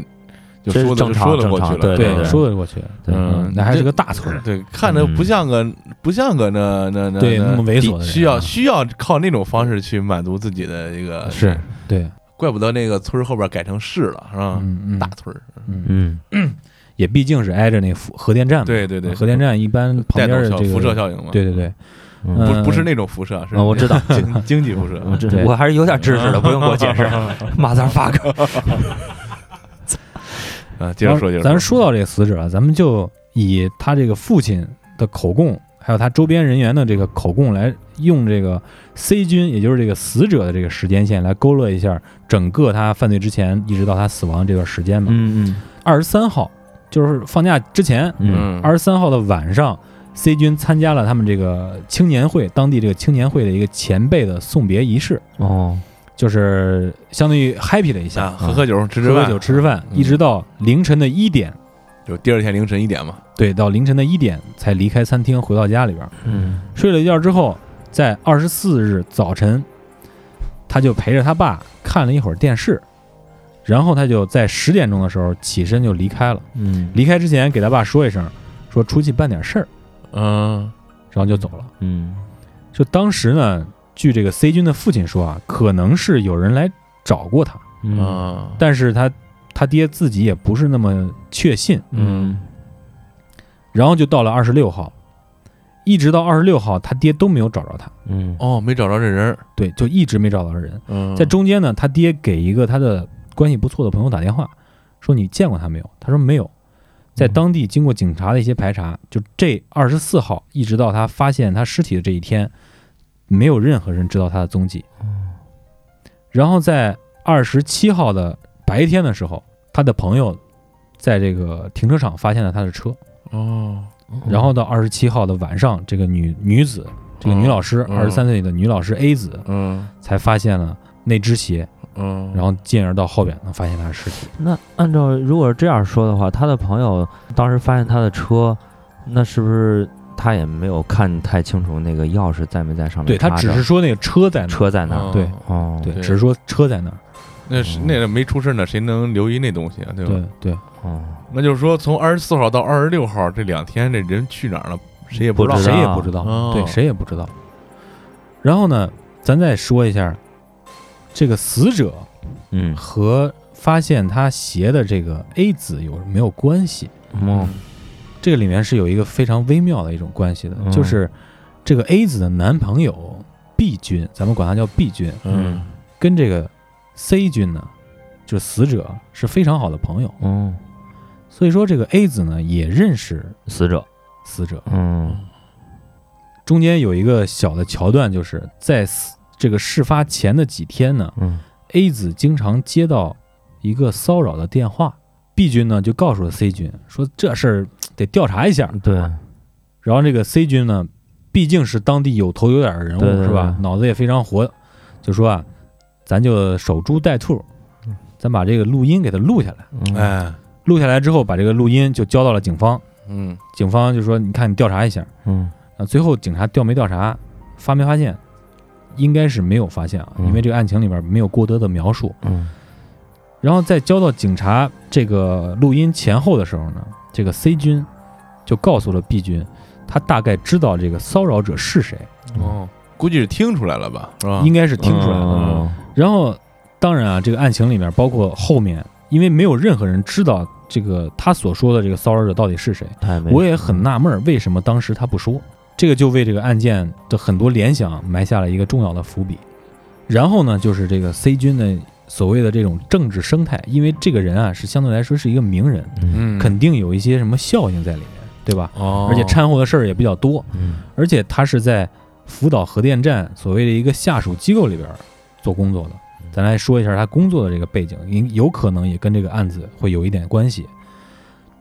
Speaker 5: 就
Speaker 7: 这是
Speaker 5: 说的
Speaker 7: 正
Speaker 5: 就
Speaker 7: 常
Speaker 5: 说得
Speaker 7: 正
Speaker 5: 过
Speaker 7: 常
Speaker 5: 去了，
Speaker 7: 对
Speaker 8: 对
Speaker 7: 对
Speaker 8: 说得过去。
Speaker 7: 对
Speaker 5: 嗯
Speaker 8: 那还是
Speaker 5: 这
Speaker 8: 个大村儿，
Speaker 5: 对，看着不像个不像个那那那
Speaker 8: 对那么猥琐的人
Speaker 5: 需要
Speaker 8: 啊
Speaker 5: 需要靠那种方式去满足自己的一个，
Speaker 8: 是对，
Speaker 5: 怪不得那个村儿后边改成市了，是吧？
Speaker 8: 嗯嗯
Speaker 5: 大，村儿，
Speaker 8: 嗯，
Speaker 7: 嗯，
Speaker 8: 也毕竟是挨着那核核电站嘛，
Speaker 5: 对对对，
Speaker 8: 核电站一般旁
Speaker 5: 带动
Speaker 8: 边的
Speaker 5: 效
Speaker 8: 这个
Speaker 5: 辐射效应嘛，
Speaker 8: 对对对，
Speaker 7: 嗯
Speaker 8: 嗯哦
Speaker 5: 不不是那种辐射，是
Speaker 7: 啊我知道
Speaker 5: 经经济辐射，
Speaker 7: 我这
Speaker 8: 对
Speaker 7: 我还是有点知识的，不用给我解释。 (laughs) 马三发哥，
Speaker 5: 啊，接着说，接着
Speaker 8: 咱说到这个死者啊，咱们就以他这个父亲的口供，还有他周边人员的这个口供来用这个 C 君，也就是这个死者的这个时间线来勾勒一下整个他犯罪之前一直到他死亡这段时间嘛。
Speaker 7: 嗯
Speaker 8: 二十三号就是放假之前，
Speaker 7: 嗯
Speaker 8: 二十三号的晚上，C 君参加了他们这个青年会，当地这个青年会的一个前辈的送别仪式，
Speaker 7: 嗯，哦，
Speaker 8: 就是相当于 happy 了一下
Speaker 5: 啊，，喝喝酒，吃
Speaker 8: 喝
Speaker 5: 吃
Speaker 8: 喝
Speaker 5: 饭，
Speaker 8: 酒吃吃饭，
Speaker 5: 嗯
Speaker 8: 一直到凌晨的一点。
Speaker 5: 就第二天凌晨一点嘛，
Speaker 8: 对，到凌晨的一点才离开餐厅，回到家里边儿
Speaker 7: 嗯
Speaker 8: 睡了一觉之后，在二十四日早晨，他就陪着他爸看了一会儿电视，然后他就在十点钟的时候起身就离开了。
Speaker 7: 嗯
Speaker 8: 离开之前给他爸说一声，说出去办点事儿，
Speaker 5: 嗯
Speaker 8: 然后就走了。
Speaker 7: 嗯
Speaker 8: 就当时呢，据这个 C 君的父亲说啊，可能是有人来找过他，
Speaker 7: 嗯
Speaker 5: 啊，
Speaker 8: 但是他他爹自己也不是那么确信，
Speaker 7: 嗯
Speaker 8: 然后就到了二十六号，一直到二十六号，他爹都没有找着他。
Speaker 7: 嗯
Speaker 5: 哦，没找着这人儿，
Speaker 8: 对，就一直没找到人。
Speaker 5: 嗯，
Speaker 8: 在中间呢，他爹给一个他的关系不错的朋友打电话，说你见过他没有？他说没有。
Speaker 5: 嗯
Speaker 8: 在当地经过警察的一些排查，就这二十四号一直到他发现他尸体的这一天，没有任何人知道他的踪迹。
Speaker 5: 嗯
Speaker 8: 然后在二十七号的白天的时候，他的朋友在这个停车场发现了他的车。
Speaker 5: 哦，
Speaker 7: 嗯
Speaker 8: 然后到二十七号的晚上，这个女女子，这个女老师，
Speaker 5: 嗯
Speaker 8: 二十三岁的女老师 A 子，
Speaker 5: 嗯
Speaker 8: 才发现了那只鞋，
Speaker 5: 嗯，
Speaker 8: 然后进而到后边能发现他的尸体。
Speaker 7: 那按照如果这样说的话，他的朋友当时发现他的车，那是不是他也没有看太清楚那个钥匙在没在上面
Speaker 8: 对
Speaker 7: 插
Speaker 8: 他
Speaker 7: 着？
Speaker 8: 只是说那个车在那儿，
Speaker 7: 嗯车在那儿。
Speaker 5: 嗯
Speaker 8: 对
Speaker 7: 哦，
Speaker 8: 对，
Speaker 5: 对
Speaker 8: 只是说车在那儿。
Speaker 5: 那是那没出事呢，谁能留意那东西啊？对吧？
Speaker 8: 对对，
Speaker 7: 哦，
Speaker 5: 那就是说，从二十四号到二十六号这两天，这人去哪儿了？谁也不
Speaker 7: 不
Speaker 5: 知道。
Speaker 7: 知
Speaker 8: 谁
Speaker 7: 道
Speaker 8: 也不知道
Speaker 5: 哦，
Speaker 8: 对，谁也不知道。然后呢，咱再说一下这个死者
Speaker 7: 嗯，
Speaker 8: 和发现他鞋的这个 A 子有没有关系？
Speaker 7: 哦，
Speaker 8: 这个里面是有一个非常微妙的一种关系的，
Speaker 7: 嗯
Speaker 8: 就是这个 A 子的男朋友 B 君，咱们管他叫 B 君，
Speaker 5: 嗯，
Speaker 8: 跟这个 C 君呢，就是死者是非常好的朋友，
Speaker 7: 哦，
Speaker 8: 所以说这个 A 子呢也认识
Speaker 7: 死者，
Speaker 8: 死者。
Speaker 7: 嗯
Speaker 8: 中间有一个小的桥段，就是在死这个事发前的几天呢
Speaker 7: 嗯
Speaker 8: ，A 子经常接到一个骚扰的电话，B 君呢就告诉了 C 君说这事儿得调查一下，
Speaker 7: 嗯对，
Speaker 8: 然后这个 C 君呢，毕竟是当地有头有脸的人物，
Speaker 7: 对对对
Speaker 8: 是吧？脑子也非常活，就说啊，咱就守株待兔，咱把这个录音给他录下来。
Speaker 7: 嗯，
Speaker 5: 哎，
Speaker 8: 录下来之后，把这个录音就交到了警方。
Speaker 5: 嗯，
Speaker 8: 警方就说：“你看，你调查一下。
Speaker 7: 嗯”
Speaker 8: 啊，最后警察调没调查，发没发现，应该是没有发现啊，
Speaker 7: 嗯
Speaker 8: 因为这个案情里边没有过多的描述。
Speaker 7: 嗯
Speaker 8: 然后在交到警察这个录音前后的时候呢，这个 C 君就告诉了 B 君，他大概知道这个骚扰者是谁。
Speaker 5: 哦，估计是听出来了吧，是吧？
Speaker 8: 嗯应该是听出来了。
Speaker 7: 啊嗯
Speaker 8: 然后，当然啊，这个案情里面包括后面，因为没有任何人知道这个他所说的这个骚扰者到底是谁，
Speaker 7: 太没
Speaker 8: 我也很纳闷儿为什么当时他不说。这个就为这个案件的很多联想埋下了一个重要的伏笔。然后呢，就是这个 C 君的所谓的这种政治生态，因为这个人啊是相对来说是一个名人，
Speaker 7: 嗯
Speaker 5: 嗯，
Speaker 8: 肯定有一些什么效应在里面，对吧？
Speaker 5: 哦，
Speaker 8: 而且掺和的事儿也比较多。
Speaker 7: 嗯
Speaker 8: 而且他是在福岛核电站所谓的一个下属机构里边做工作的。咱来说一下他工作的这个背景，因有可能也跟这个案子会有一点关系。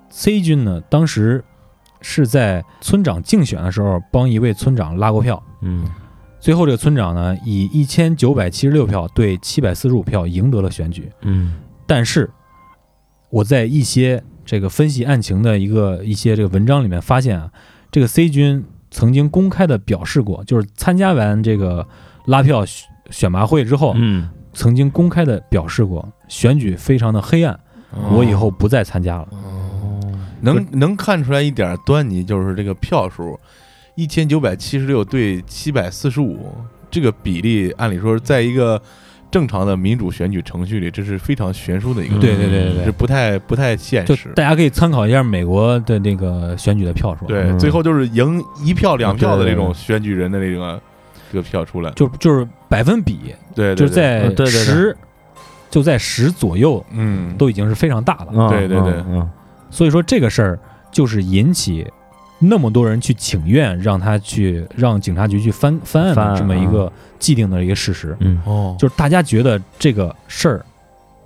Speaker 8: C 君呢，当时是在村长竞选的时候帮一位村长拉过票，
Speaker 7: 嗯
Speaker 8: 最后这个村长呢以一千九百七十六票对七百四十五票赢得了选举。
Speaker 7: 嗯
Speaker 8: 但是我在一些这个分析案情的一个一些这个文章里面发现啊，这个 C 君曾经公开的表示过，就是参加完这个拉票选选拔会之后，
Speaker 7: 嗯
Speaker 8: 曾经公开的表示过选举非常的黑暗，
Speaker 5: 嗯哦
Speaker 8: 我以后不再参加了。
Speaker 5: 能能看出来一点端倪，就是这个票数，一千九百七十六对七百四十五，这个比例按理说在一个正常的民主选举程序里，这是非常悬殊的一个，
Speaker 8: 对对对对对
Speaker 5: 是不太不太现
Speaker 8: 嗯就
Speaker 5: 实。
Speaker 8: 大家可以参考一下美国的那个选举的票数，，啊
Speaker 5: 对，
Speaker 7: 嗯
Speaker 5: 最后就是赢一票两票的
Speaker 7: 对对
Speaker 5: 这
Speaker 7: 对
Speaker 5: 种选举人的这个这个票出来，
Speaker 8: 就就是百分比，
Speaker 5: 对，对
Speaker 8: 就是
Speaker 5: 对
Speaker 8: 在
Speaker 7: 嗯对对对
Speaker 8: 十，就在十左右，
Speaker 5: 嗯
Speaker 8: 都已经是非常大了。
Speaker 7: 嗯
Speaker 5: 对对对
Speaker 7: 嗯嗯
Speaker 8: 所以说这个事儿就是引起那么多人去请愿，让他去让警察局去翻翻案
Speaker 7: 翻
Speaker 8: 的
Speaker 7: 案
Speaker 8: 这么一个既定的一个事实，
Speaker 7: 嗯，
Speaker 5: 哦，
Speaker 8: 就是大家觉得这个事儿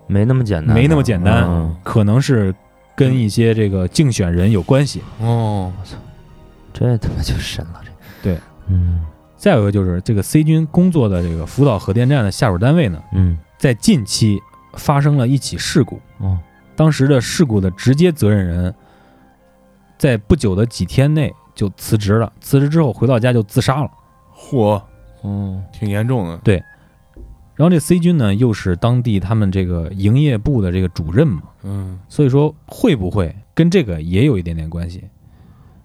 Speaker 7: 没那么简单，
Speaker 8: 没那么简单
Speaker 7: 嗯，
Speaker 8: 可能是跟一些这个竞选人有关系。
Speaker 5: 哦，
Speaker 7: 这他妈就神了，这
Speaker 8: 对，
Speaker 7: 嗯
Speaker 8: 再有一个就是这个 C 军工作的这个福岛核电站的下属单位呢，
Speaker 7: 嗯
Speaker 8: 在近期发生了一起事故，
Speaker 7: 哦
Speaker 8: 当时的事故的直接责任人在不久的几天内就辞职了，辞职之后回到家就自杀了。
Speaker 5: 嚯，
Speaker 7: 哦
Speaker 5: 挺严重的，
Speaker 8: 然后这 C 军呢，又是当地他们这个营业部的这个主任嘛，
Speaker 5: 嗯，
Speaker 8: 所以说会不会跟这个也有一点点关系？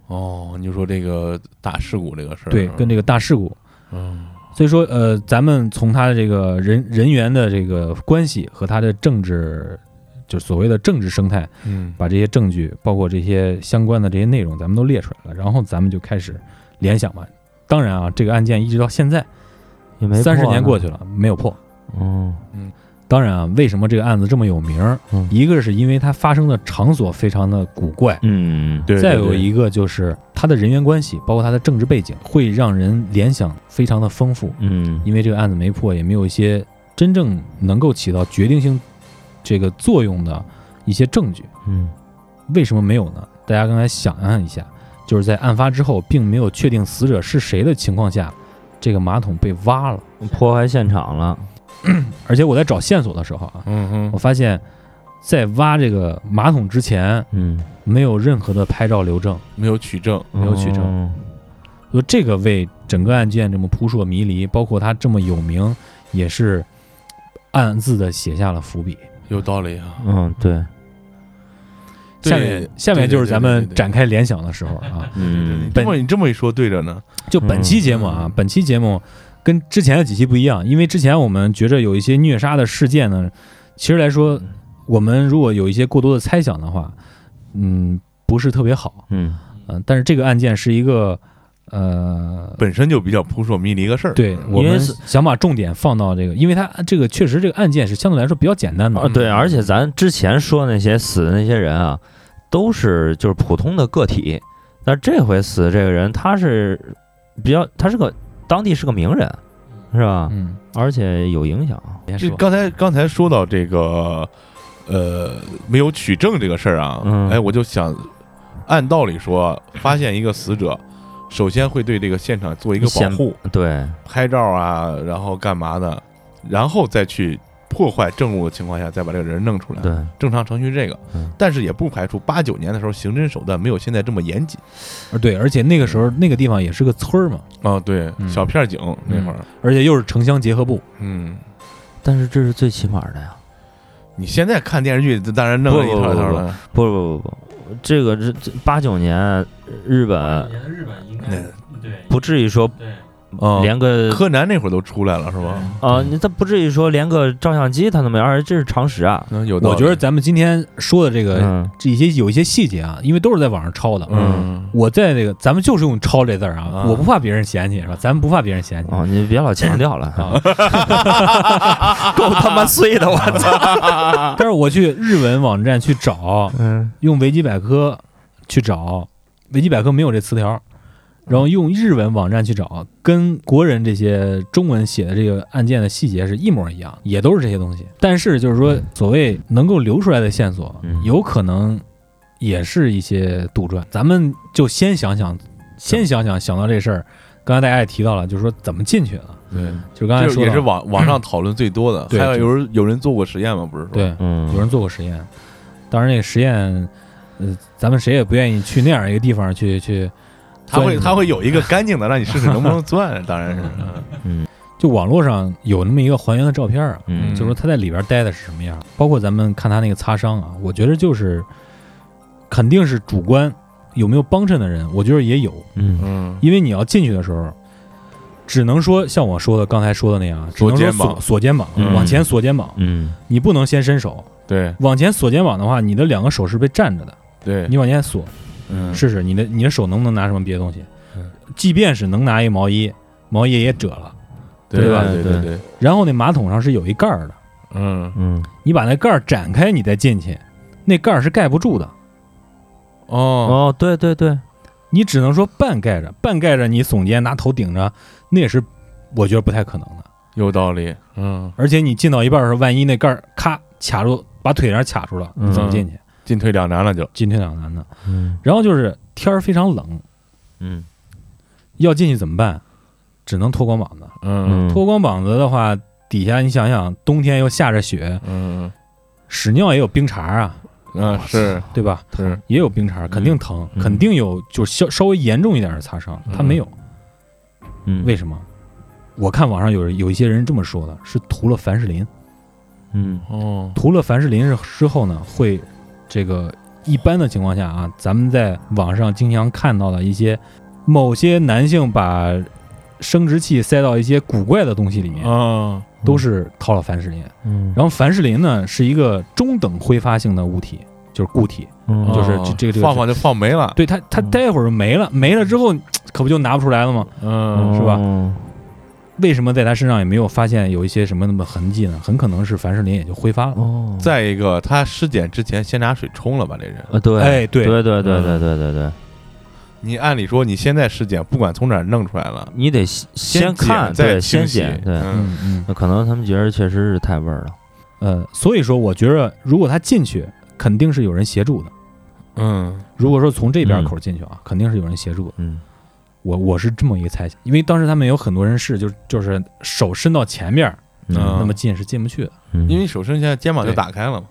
Speaker 5: 哦，你就说这个大事故这个事儿，
Speaker 8: 对，跟这个大事故。
Speaker 5: 嗯，
Speaker 8: 所以说，呃，咱们从他的这个人人员的这个关系和他的政治，就所谓的政治生态，
Speaker 5: 嗯
Speaker 8: 把这些证据，包括这些相关的这些内容，咱们都列出来了，然后咱们就开始联想吧。当然啊，这个案件一直到现在
Speaker 7: 也没
Speaker 8: 三十年过
Speaker 7: 去，
Speaker 8: 去了，没有破。
Speaker 7: 嗯
Speaker 8: 当然啊，为什么这个案子这么有名儿？
Speaker 7: 嗯
Speaker 8: 一个是因为它发生的场所非常的古怪，
Speaker 7: 嗯，
Speaker 5: 对，
Speaker 8: 再
Speaker 5: 对
Speaker 8: 有
Speaker 5: 对
Speaker 8: 一个就是它的人员关系，包括它的政治背景，会让人联想非常的丰富。
Speaker 7: 嗯
Speaker 8: 因为这个案子没破，也没有一些真正能够起到决定性这个作用的一些证据。
Speaker 7: 嗯
Speaker 8: 为什么没有呢？大家刚才想象一下，就是在案发之后，并没有确定死者是谁的情况下，这个马桶被挖了。
Speaker 7: 破坏现场了，
Speaker 8: 而且我在找线索的时候啊，
Speaker 5: 嗯哼，
Speaker 8: 我发现，在挖这个马桶之前，
Speaker 7: 嗯，
Speaker 8: 没有任何的拍照留证，
Speaker 5: 没有取证，
Speaker 8: 没有取证
Speaker 7: 哦，
Speaker 8: 所以这个为整个案件这么扑朔迷离，包括他这么有名，也是暗自的写下了伏笔。
Speaker 5: 有道理啊。
Speaker 7: 嗯对，
Speaker 5: 对
Speaker 8: 下面下面就是咱们展开联想的时候
Speaker 7: (laughs)
Speaker 8: 啊，
Speaker 7: 嗯
Speaker 5: 这么你这么一说对着呢，
Speaker 8: 就本期节目啊
Speaker 7: 嗯，
Speaker 8: 本期节目跟之前的几期不一样，因为之前我们觉着有一些虐杀的事件呢，其实来说，
Speaker 7: 嗯
Speaker 8: 我们如果有一些过多的猜想的话，嗯，不是特别好，
Speaker 7: 嗯
Speaker 8: 嗯、但是这个案件是一个，呃。
Speaker 5: 本身就比较扑朔迷离一个事儿。
Speaker 8: 对
Speaker 5: 嗯
Speaker 8: 我
Speaker 7: 因为
Speaker 8: 们
Speaker 7: 是
Speaker 8: 想把重点放到这个，因为它这个确实这个案件是相对来说比较简单的
Speaker 7: 啊，
Speaker 5: 嗯
Speaker 7: 对，而且咱之前说那些死的那些人啊，都是就是普通的个体，但这回死的这个人，他是比较，他是个当地是个名人，是吧？
Speaker 8: 嗯，
Speaker 7: 而且有影响。别
Speaker 5: 这刚才刚才说到这个，呃，没有取证这个事儿啊，
Speaker 7: 嗯
Speaker 5: 哎，我就想，按道理说，发现一个死者，首先会对这个现场做一个保
Speaker 7: 先
Speaker 5: 护，
Speaker 7: 对，
Speaker 5: 拍照啊，然后干嘛的，然后再去破坏证物的情况下，再把这个人弄出来。
Speaker 7: 对，
Speaker 5: 正常程序这个
Speaker 7: 嗯，
Speaker 5: 但是也不排除八九年的时候刑侦手段没有现在这么严谨。
Speaker 8: 而呃对，而且那个时候那个地方也是个村儿嘛，
Speaker 5: 啊，对，
Speaker 8: 嗯
Speaker 5: 小片警那会儿，
Speaker 8: 而且又是城乡结合部，
Speaker 5: 嗯。
Speaker 7: 但是这是最起码的呀。
Speaker 5: 你现在看电视剧，这当然弄了一套一套的。
Speaker 7: 不不不不，这个这这八九年日
Speaker 6: 当
Speaker 7: 本
Speaker 6: 年的日本应该
Speaker 8: 嗯
Speaker 6: 对
Speaker 7: 不至于说
Speaker 6: 对
Speaker 5: 哦
Speaker 7: 连个
Speaker 5: 柯南那会儿都出来了，是吧？
Speaker 7: 啊，你他不至于说连个照相机他都没有，而且这是常识啊。
Speaker 5: 嗯，有道理
Speaker 8: 我觉得咱们今天说的这个
Speaker 7: 嗯
Speaker 8: 这一些有一些细节啊，因为都是在网上抄的。
Speaker 5: 嗯，
Speaker 8: 我在这个咱们就是用“抄”这字儿啊
Speaker 5: 啊，
Speaker 8: 我不怕别人嫌弃是吧？咱们不怕别人嫌弃
Speaker 7: 哦，你别老强调了啊。
Speaker 8: 啊。
Speaker 7: 够他妈碎的，我操！
Speaker 8: (laughs) 但是我去日文网站去找，
Speaker 7: 嗯
Speaker 8: 用维基百科去找，维基百科没有这词条。然后用日文网站去找，跟国人这些中文写的这个案件的细节是一模一样，也都是这些东西。但是就是说，所谓能够流出来的线索
Speaker 7: 嗯，
Speaker 8: 有可能也是一些杜撰。咱们就先想想，先想想想到这事儿，刚才大家也提到了，就是说怎么进去的，
Speaker 5: 对，
Speaker 8: 就是刚才
Speaker 5: 这
Speaker 8: 说
Speaker 5: 也
Speaker 8: 到
Speaker 5: 是
Speaker 8: (clears throat)
Speaker 5: 网网上讨论最多的。
Speaker 8: 对
Speaker 5: 还有有人有人做过实验吗？不是说，
Speaker 8: 对，
Speaker 7: 嗯
Speaker 8: 有人做过实验，当然那个实验，呃，咱们谁也不愿意去那样一个地方去去
Speaker 5: 他会
Speaker 8: 钻 (laughs)
Speaker 5: 他会有一个干净的，让你试试能不能钻。当然是，嗯
Speaker 8: 就网络上有那么一个还原的照片啊，
Speaker 7: 嗯
Speaker 8: 就说他在里边待的是什么样，包括咱们看他那个擦伤啊，我觉得就是肯定是主观有没有帮衬的人，我觉得也有，
Speaker 7: 嗯
Speaker 5: 嗯，
Speaker 8: 因为你要进去的时候，只能说像我说的刚才说的那样，只能说
Speaker 5: 肩膀
Speaker 8: 锁锁肩膀，
Speaker 7: 嗯
Speaker 8: 往前锁肩膀，
Speaker 7: 嗯
Speaker 8: 你不能先伸手，
Speaker 5: 对
Speaker 8: 往前锁肩膀的话，你的两个手是被占着的，
Speaker 5: 对，
Speaker 8: 你往前锁，
Speaker 5: 嗯
Speaker 8: 试试你的你的手能不能拿什么别的东西
Speaker 5: 嗯，
Speaker 8: 即便是能拿一毛衣，毛衣也褶了，
Speaker 5: 对
Speaker 8: 对吧
Speaker 5: 对
Speaker 7: 对
Speaker 5: 对，
Speaker 8: 然后那马桶上是有一盖儿的。
Speaker 5: 嗯
Speaker 7: 嗯
Speaker 8: 你把那盖儿展开，你再进去，那盖儿是盖不住的，
Speaker 5: 哦
Speaker 7: 哦，对对对，
Speaker 8: 你只能说半盖着，半盖着你耸肩拿头顶着，那也是我觉得不太可能的。
Speaker 5: 有道理，嗯，
Speaker 8: 而且你进到一半的时候，万一那盖儿咔卡住，把腿上卡住了，
Speaker 7: 嗯
Speaker 8: 你怎么进去？
Speaker 5: 进退两难了就，
Speaker 8: 进退两难的。
Speaker 7: 嗯
Speaker 8: 然后就是天儿非常冷，
Speaker 7: 嗯
Speaker 8: 要进去怎么办？只能脱光膀子。
Speaker 5: 嗯
Speaker 8: 脱光膀子的话，底下你想想，冬天又下着雪，
Speaker 5: 嗯
Speaker 8: 屎尿也有冰碴儿啊，
Speaker 5: 嗯是
Speaker 8: 对吧？
Speaker 5: 是，
Speaker 8: 也有冰碴儿，肯定疼，
Speaker 7: 嗯
Speaker 8: 肯定有就是稍稍微严重一点的擦伤，他没有。
Speaker 7: 嗯
Speaker 8: 为什么？我看网上有人有一些人这么说的，是涂了凡士林，
Speaker 7: 嗯
Speaker 5: 哦
Speaker 8: 涂了凡士林之后呢，会这个一般的情况下啊，咱们在网上经常看到的一些某些男性把生殖器塞到一些古怪的东西里面，
Speaker 5: 啊
Speaker 8: 都是掏了凡士林。
Speaker 7: 嗯，
Speaker 8: 然后凡士林呢是一个中等挥发性的物体，就是固体，
Speaker 7: 嗯
Speaker 8: 就是
Speaker 5: 哦
Speaker 8: 这这个这个
Speaker 5: 放放就放没了，
Speaker 8: 对它它
Speaker 7: 嗯
Speaker 8: 待会儿没了，没了之后可不就拿不出来了吗？
Speaker 5: 嗯
Speaker 8: 是吧
Speaker 7: 哦
Speaker 8: 为什么在他身上也没有发现有一些什么那么痕迹呢？很可能是凡士林也就挥发了。
Speaker 7: 哦，
Speaker 5: 再一个，他尸检之前先拿水冲了吧，这人。
Speaker 7: 啊对，
Speaker 8: 哎对
Speaker 7: 对对对对对对对，
Speaker 5: 你按理说你现在尸检，不管从哪儿弄出来了，
Speaker 7: 你得先先
Speaker 5: 检
Speaker 7: 看，
Speaker 5: 再
Speaker 7: 对，
Speaker 5: 清
Speaker 7: 先
Speaker 5: 洗
Speaker 7: 检，对，
Speaker 5: 嗯
Speaker 8: 嗯，
Speaker 7: 那可能他们觉得确实是太味儿了，
Speaker 8: 呃，所以说我觉着，如果他进去，肯定是有人协助的。
Speaker 5: 嗯
Speaker 8: 如果说从这边口进去啊，肯定是有人协助的。
Speaker 7: 嗯
Speaker 8: 我我是这么一个猜想，因为当时他们有很多人是就就是手伸到前面，
Speaker 5: 嗯
Speaker 8: 那么进是进不去的。
Speaker 7: 嗯
Speaker 5: 因为手伸下肩膀就
Speaker 8: 对
Speaker 5: 打开了嘛，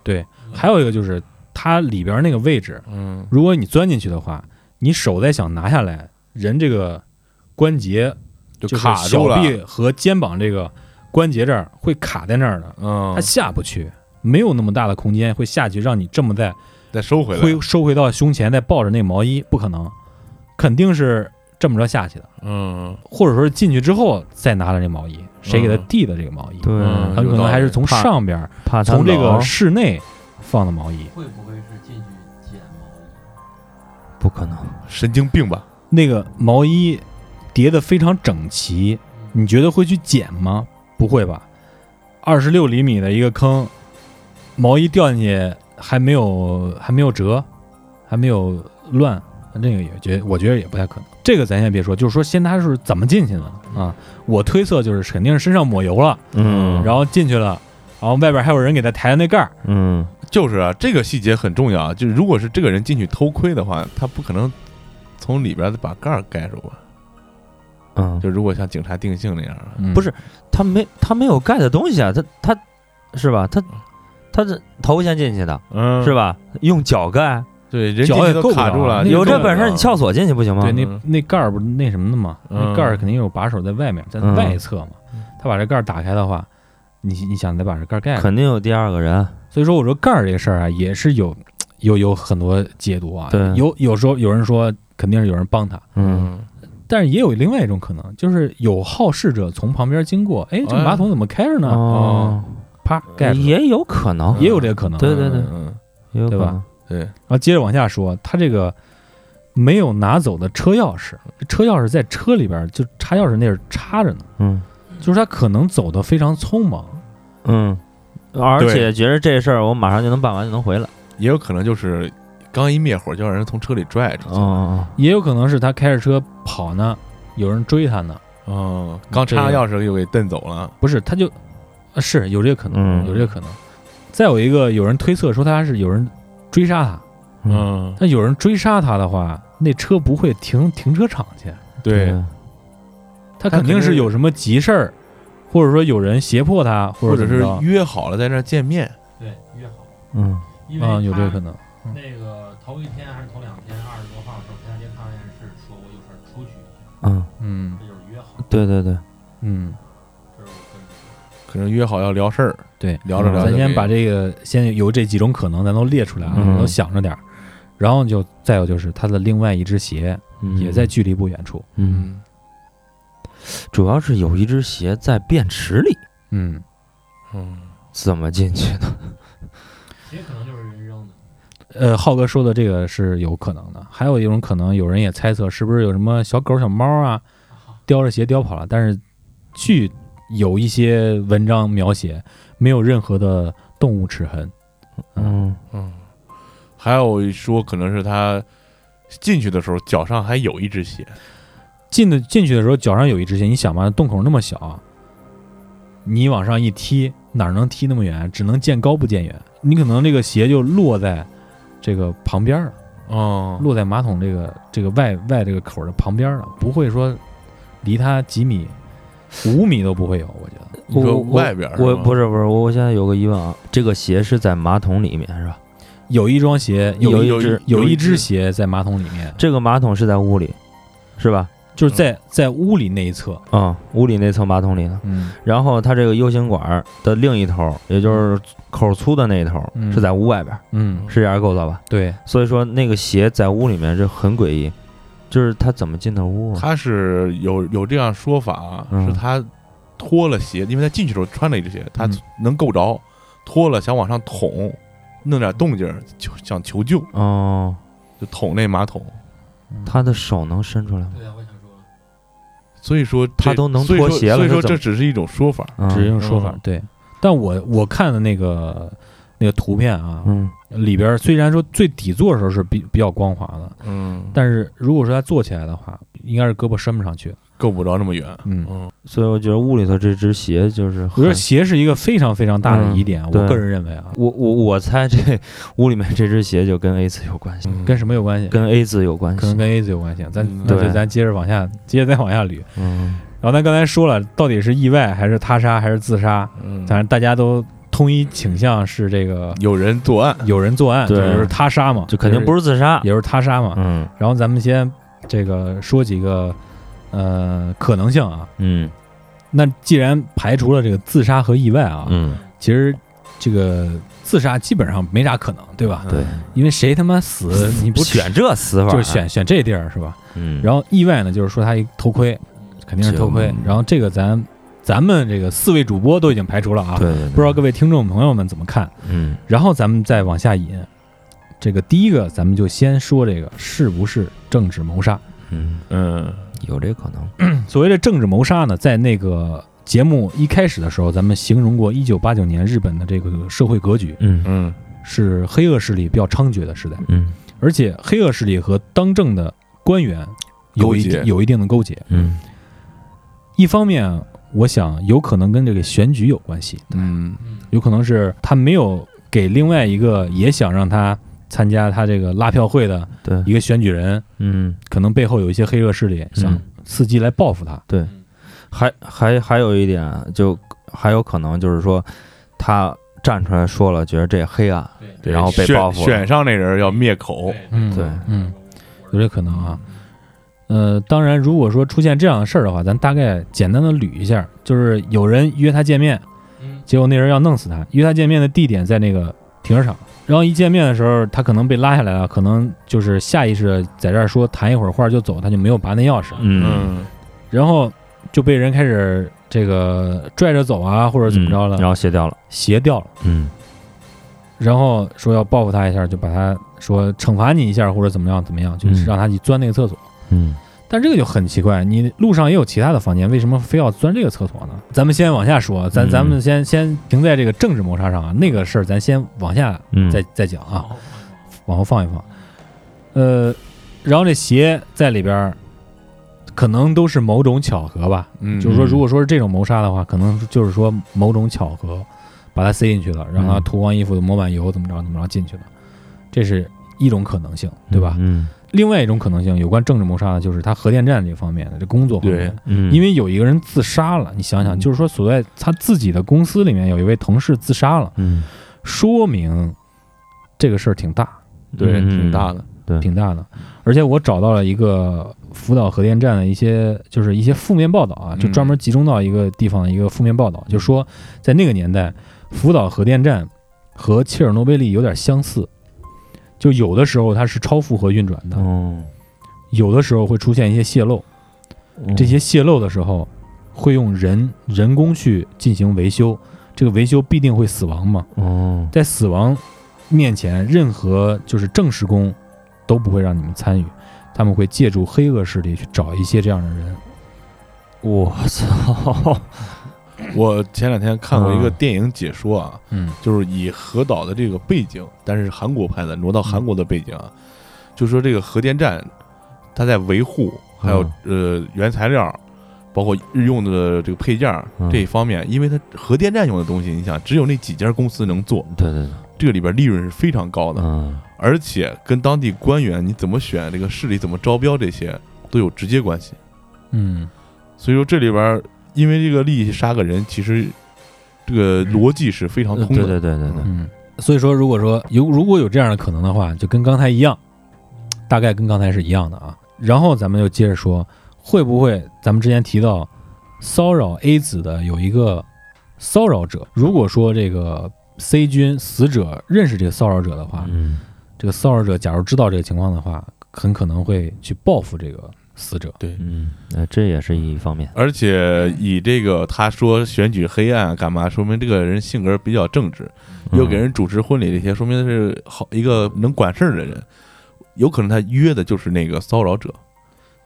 Speaker 8: 还有一个就是它里边那个位置，
Speaker 5: 嗯
Speaker 8: 如果你钻进去的话，你手再想拿下来，人这个关节
Speaker 5: 就
Speaker 8: 就是
Speaker 5: 卡住
Speaker 8: 小
Speaker 5: 了，
Speaker 8: 臂和肩膀这个关节这儿会卡在那儿的，
Speaker 5: 嗯
Speaker 8: 它，下不去，没有那么大的空间会下去，让你这么再
Speaker 5: 再收回来，
Speaker 8: 挥收回到胸前，再抱着那毛衣，不可能，肯定是这么着下去的，
Speaker 5: 嗯
Speaker 8: 或者说是进去之后再拿了这毛衣，谁给他
Speaker 5: 嗯
Speaker 8: 递的这个毛衣？
Speaker 7: 对，
Speaker 5: 嗯
Speaker 8: 很
Speaker 5: 有
Speaker 8: 可
Speaker 5: 道
Speaker 8: 能
Speaker 5: 理
Speaker 8: 还是从
Speaker 7: 怕
Speaker 8: 上边儿，
Speaker 7: 怕他
Speaker 8: 从这
Speaker 7: 冷
Speaker 8: 个室内放的毛衣。
Speaker 6: 会不会是进去捡毛
Speaker 7: 不可能，
Speaker 5: 神经病吧？
Speaker 8: 那个毛衣叠得非常整齐，
Speaker 6: 衣？
Speaker 8: 你觉得会去捡吗？不会吧？二十六厘米的一个坑，毛衣掉进去还没有还没有折，还没有乱，那这个也觉我觉得也不太可能。这个咱先别说，就是说先他是怎么进去的啊？我推测就是肯定是身上抹油了，
Speaker 7: 嗯
Speaker 8: 然后进去了，然后外边还有人给他抬那盖儿，
Speaker 7: 嗯
Speaker 5: 就是啊，这个细节很重要啊。就是如果是这个人进去偷窥的话，他不可能从里边把盖儿盖住吧？
Speaker 7: 嗯，
Speaker 5: 就如果像警察定性那样啊，
Speaker 8: 嗯
Speaker 7: 不是他没他没有盖的东西啊，他他是吧？他他这头先进去的
Speaker 5: 嗯
Speaker 7: 是吧？用脚盖，
Speaker 5: 对，人进
Speaker 8: 脚
Speaker 5: 去
Speaker 8: 也
Speaker 5: 都
Speaker 8: 够不
Speaker 5: 卡
Speaker 8: 着
Speaker 5: 住
Speaker 8: 啊
Speaker 5: 了，
Speaker 8: 那
Speaker 7: 有
Speaker 8: 个
Speaker 7: 这
Speaker 8: 重
Speaker 7: 本事你
Speaker 5: 翘
Speaker 7: 撬锁进去不行吗
Speaker 8: 对，？那
Speaker 5: 嗯
Speaker 8: 那盖儿不是那什么的嘛，
Speaker 5: 嗯
Speaker 8: 那盖儿肯定有把手在外面，在
Speaker 7: 嗯
Speaker 8: 外侧嘛
Speaker 5: 嗯。
Speaker 8: 他把这盖儿打开的话，你你想再把这盖儿盖上，
Speaker 7: 肯定有第二个人，
Speaker 8: 所以说我说盖儿这个事儿啊，也是有有有很多解读啊。
Speaker 7: 对
Speaker 8: 有有时候有人说肯定是有人帮他，
Speaker 7: 嗯，
Speaker 8: 但是也有另外一种可能，就是有好事者从旁边经过，哎，这
Speaker 5: 哎
Speaker 8: 马桶怎么开着呢？
Speaker 7: 哦，
Speaker 8: 啪盖住了，
Speaker 7: 也有可能，
Speaker 8: 也有这个可能。
Speaker 7: 对对对
Speaker 5: 嗯
Speaker 7: 也有可
Speaker 8: 对吧
Speaker 7: 能，
Speaker 5: 对，
Speaker 8: 然后接着往下说，他这个没有拿走的车钥匙，车钥匙在车里边儿就插钥匙那儿插着呢，
Speaker 7: 嗯
Speaker 8: 就是他可能走得非常匆忙。
Speaker 7: 嗯，而
Speaker 5: 对
Speaker 7: 且觉得这事儿我马上就能办完，就能回来，
Speaker 5: 也有可能就是刚一灭火就让人从车里拽出去，
Speaker 7: 哦，
Speaker 8: 也有可能是他开着车跑呢，有人追他呢。
Speaker 5: 哦，刚插上钥匙又给蹬走了，
Speaker 8: 不是，他就，啊、是有这个可能，
Speaker 7: 嗯
Speaker 8: 有这个可能。再有一个，有人推测说他是有人追杀他，
Speaker 5: 嗯，
Speaker 8: 但有人追杀他的话，那车不会停停车场去，
Speaker 5: 对，
Speaker 8: 他
Speaker 5: 他
Speaker 8: 肯定
Speaker 5: 肯定
Speaker 8: 是有什么急事儿，或者说有人胁迫他，或
Speaker 5: 或
Speaker 8: 者
Speaker 5: 者
Speaker 8: 怎么
Speaker 5: 是
Speaker 8: 着
Speaker 5: 约好了在那儿见面，
Speaker 6: 对，约好，
Speaker 7: 嗯
Speaker 6: 因为
Speaker 8: 啊、有这个
Speaker 6: 他
Speaker 8: 可能。
Speaker 6: 那个头一天还是头两天，二十多号的时候，陪大姐看完电视，说我有事儿出去一下，
Speaker 7: 嗯，
Speaker 8: 嗯
Speaker 6: 这就是约好。
Speaker 7: 对对对，
Speaker 8: 嗯，
Speaker 6: 这是
Speaker 5: 可能约好要聊事儿，
Speaker 8: 对，
Speaker 5: 聊着聊着
Speaker 8: 嗯咱
Speaker 5: 就
Speaker 8: 先
Speaker 5: 没
Speaker 8: 把这个先由这几种可能咱都列出来啊，
Speaker 7: 嗯
Speaker 8: 都想着点儿，然后就再有就是他的另外一只鞋也在距离不远处，
Speaker 7: 嗯，主要是有一只鞋在便池里，
Speaker 8: 嗯，
Speaker 5: 嗯，
Speaker 7: 怎么进去的？
Speaker 6: 也可能就是人扔的。
Speaker 8: 呃，浩哥说的这个是有可能的，还有一种可能，有人也猜测是不是有什么小狗、小猫啊，叼着鞋叼跑了，但是据有一些文章描写，没有任何的动物齿痕，
Speaker 7: 嗯，
Speaker 5: 嗯，还有说可能是他进去的时候脚上还有一只鞋，
Speaker 8: 进的进去的时候脚上有一只鞋，你想嘛，洞口那么小，你往上一踢，哪儿能踢那么远？只能见高不见远，你可能这个鞋就落在这个旁边了，
Speaker 5: 哦，
Speaker 8: 落在马桶这个这个外外这个口的旁边了，不会说离它几米、五米都不会有，我觉得。
Speaker 5: 你说
Speaker 7: 我
Speaker 5: 外边
Speaker 7: 我不
Speaker 5: 是
Speaker 7: 是不是，我我现在有个疑问啊，这个鞋是在马桶里面是吧？
Speaker 8: 嗯有一双鞋，
Speaker 7: 有
Speaker 8: 有
Speaker 7: 一
Speaker 8: 一
Speaker 7: 只
Speaker 8: 有
Speaker 5: 有
Speaker 8: 一
Speaker 5: 一
Speaker 8: 只
Speaker 5: 只
Speaker 8: 鞋在马桶里面，
Speaker 7: 这个马桶是在屋里，是吧？
Speaker 8: 就是在在屋里那一侧。
Speaker 7: 啊、屋里那层马桶里呢。
Speaker 8: 嗯，
Speaker 7: 然后它这个 U 型管儿的另一头，也就是口粗的那一头，
Speaker 8: 嗯
Speaker 7: 是在屋外边儿，
Speaker 8: 嗯，
Speaker 7: 是这样的构造吧？
Speaker 8: 对，
Speaker 7: 所以说那个鞋在屋里面就很诡异，就是他怎么进的屋啊？
Speaker 5: 他是有有这样说法，啊
Speaker 7: 嗯
Speaker 5: 是他脱了鞋，因为他进去的时候穿了一只鞋，他
Speaker 8: 嗯
Speaker 5: 能够着，脱了想往上捅，弄点动静儿求想求救，
Speaker 7: 哦，
Speaker 5: 就捅那马桶。
Speaker 7: 他的手能伸出来吗？
Speaker 6: 对啊，我想说，
Speaker 5: 所以说这
Speaker 7: 他都能
Speaker 5: 所以说
Speaker 7: 脱鞋了
Speaker 5: 所以说
Speaker 7: 他怎
Speaker 5: 这
Speaker 7: 么
Speaker 5: 只是一种说法。
Speaker 7: 啊
Speaker 8: 只是用说法。
Speaker 5: 嗯
Speaker 8: 对，但我我看的那个那个图片啊，
Speaker 7: 嗯
Speaker 8: 里边儿虽然说最底座的时候是比比较光滑的，
Speaker 5: 嗯，
Speaker 8: 但是如果说它坐起来的话，应该是胳膊伸不上去。
Speaker 5: 够不着那么远。
Speaker 8: 嗯，
Speaker 5: 嗯，
Speaker 7: 所以我觉得屋里头这只鞋就是
Speaker 8: 我觉
Speaker 7: 很
Speaker 8: 得鞋是一个非常非常大
Speaker 7: 嗯
Speaker 8: 的疑点，
Speaker 7: 对
Speaker 8: 我个人认为啊，
Speaker 7: 我我我猜这屋里面这只鞋就跟 A 字有关系，
Speaker 5: 嗯
Speaker 8: 跟什么有关系？
Speaker 7: 跟 A 字有关
Speaker 8: 可能
Speaker 7: 系。
Speaker 8: 跟 A 字有关系。咱
Speaker 5: 嗯
Speaker 8: 那就
Speaker 7: 对
Speaker 8: 咱接着往下，接着再往下捋。
Speaker 7: 嗯，
Speaker 8: 然后咱刚才说了，到底是意外还是他杀还是自杀？
Speaker 5: 嗯
Speaker 8: 反正大家都通一倾向是这个
Speaker 5: 有人作案，
Speaker 8: 有人作案，
Speaker 7: 对
Speaker 8: 就是他杀嘛，
Speaker 7: 就肯定不
Speaker 8: 是，
Speaker 7: 是自杀。
Speaker 8: 也啊就是他杀嘛。
Speaker 7: 嗯
Speaker 8: 然后咱们先这个说几个呃可能性啊。
Speaker 7: 嗯
Speaker 8: 那既然排除了这个自杀和意外啊，
Speaker 7: 嗯，
Speaker 8: 其实这个自杀基本上没啥可能，对吧？
Speaker 7: 对，
Speaker 8: 因为谁他妈死你不
Speaker 7: 选这啊死法
Speaker 8: 就是选选这地儿是吧？
Speaker 7: 嗯，
Speaker 8: 然后意外呢，就是说他一头盔，肯定是头盔
Speaker 7: 行。
Speaker 8: 然后这个咱咱们这个四位主播都已经排除了啊，
Speaker 7: 对对，对
Speaker 8: 不知道各位听众朋友们怎么看？
Speaker 7: 嗯
Speaker 8: 然后咱们再往下引，这个第一个咱们就先说这个是不是政治谋杀？
Speaker 7: 嗯
Speaker 5: 嗯
Speaker 7: 有这可能。
Speaker 8: 所谓的政治谋杀呢，在那个节目一开始的时候，咱们形容过1989年日本的这个社会格局
Speaker 7: 嗯
Speaker 5: 嗯
Speaker 8: 是黑恶势力比较猖獗的时代，
Speaker 7: 嗯
Speaker 8: 而且黑恶势力和当政的官员有一
Speaker 5: 勾结
Speaker 8: 有一定的勾结。
Speaker 7: 嗯
Speaker 8: 一方面，我想有可能跟这个选举有关系，
Speaker 5: 嗯
Speaker 6: 嗯，
Speaker 8: 有可能是他没有给另外一个也想让他参加他这个拉票会的
Speaker 7: 对
Speaker 8: 一个选举人，
Speaker 7: 嗯。
Speaker 8: 可能背后有一些黑恶势力想伺机来报复他。
Speaker 6: 嗯
Speaker 7: 还还还有一点，啊就还有可能就是说，他站出来说了，觉得这黑暗，
Speaker 6: 对
Speaker 5: 对
Speaker 7: 然后被
Speaker 5: 选
Speaker 7: 报复了
Speaker 5: 选上那人要灭口。
Speaker 6: 对
Speaker 8: 嗯
Speaker 7: 对
Speaker 8: 嗯，有这可能啊。呃，当然，如果说出现这样的事儿的话，咱大概简单的捋一下，就是有人约他见面，
Speaker 6: 嗯，
Speaker 8: 结果那人要弄死他。约他见面的地点在那个停车场，然后一见面的时候，他可能被拉下来了，可能就是下意识地在这儿说谈一会儿话就走，他就没有拔那钥匙，
Speaker 7: 嗯，
Speaker 5: 嗯
Speaker 8: 然后就被人开始这个拽着走啊，或者怎么着了，
Speaker 7: 然后卸掉嗯了，
Speaker 8: 鞋掉了，
Speaker 7: 嗯
Speaker 8: 然后说要报复他一下，就把他说惩罚你一下或者怎么样怎么样，就
Speaker 7: 嗯
Speaker 8: 是让他去钻那个厕所。
Speaker 7: 嗯
Speaker 8: 但这个就很奇怪，你路上也有其他的房间，为什么非要钻这个厕所呢？咱们先往下说，咱
Speaker 7: 嗯
Speaker 8: 咱们先先停在这个政治谋杀上啊，那个事儿咱先往下
Speaker 7: 嗯，
Speaker 8: 再再讲啊，
Speaker 6: 好，
Speaker 8: 往后放一放。呃，然后这鞋在里边儿，可能都是某种巧合吧，
Speaker 5: 嗯，
Speaker 8: 就是说，如果说是这种谋杀的话，可能就是说某种巧合把它塞进去了，让他
Speaker 7: 嗯
Speaker 8: 涂光衣服抹满油，怎么着怎么着进去了，这是一种可能性，对吧？
Speaker 7: 嗯
Speaker 8: 另外一种可能性，有关政治谋杀的，就是他核电站这方面的这工作方面。
Speaker 7: 嗯，
Speaker 8: 因为有一个人自杀了，你想想，
Speaker 7: 嗯
Speaker 8: 就是说，所谓他自己的公司里面有一位同事自杀了，
Speaker 7: 嗯
Speaker 8: 说明这个事儿挺大。
Speaker 5: 对，
Speaker 7: 嗯
Speaker 5: 挺大的。
Speaker 7: 对
Speaker 8: 挺大的。而且我找到了一个福岛核电站的一些，就是一些负面报道啊，就
Speaker 5: 嗯
Speaker 8: 专门集中到一个地方的一个负面报道，就说在那个年代，福岛核电站和切尔诺贝利有点相似，就有的时候它是超负荷运转的，
Speaker 7: 哦，
Speaker 8: 有的时候会出现一些泄漏，这些泄漏的时候会用人人工去进行维修，这个维修必定会死亡嘛，
Speaker 7: 哦，
Speaker 8: 在死亡面前，任何就是正式工都不会让你们参与，他们会借助黑恶势力去找一些这样的人。
Speaker 7: 我 (laughs) 操，
Speaker 5: 我前两天看过
Speaker 7: 嗯
Speaker 5: 一个电影解说啊，
Speaker 8: 嗯
Speaker 5: 就是以核岛的这个背景，但是韩国拍的，挪到韩国的背景啊，就说这个核电站，它在维护，还有、
Speaker 7: 嗯
Speaker 5: 呃原材料，包括日用的这个配件儿
Speaker 7: 嗯
Speaker 5: 这一方面，因为它核电站用的东西，你想只有那几家公司能做，
Speaker 7: 对对对，
Speaker 5: 这个里边利润是非常高的，
Speaker 7: 嗯
Speaker 5: 而且跟当地官员你怎么选这个势力、怎么招标这些都有直接关系。
Speaker 8: 嗯，
Speaker 5: 所以说这里边儿因为这个利益杀个人，其实这个逻辑是非常
Speaker 7: 对
Speaker 5: 通的。
Speaker 7: 对对对对，
Speaker 8: 嗯，所以说，如果说有如果有这样的可能的话，就跟刚才一样，大概跟刚才是一样的啊。然后咱们就接着说，会不会咱们之前提到骚扰 A 子的有一个骚扰者？如果说这个 C 军死者认识这个骚扰者的话，
Speaker 7: 嗯
Speaker 8: 这个骚扰者假如知道这个情况的话，很可能会去报复这个死者。
Speaker 7: 嗯，哎，这也是一方面，
Speaker 5: 而且以这个他说选举黑暗干嘛，说明这个人性格比较正直，
Speaker 8: 嗯
Speaker 5: 又给人主持婚礼这些，说明是好一个能管事儿的人。有可能他约的就是那个骚扰者，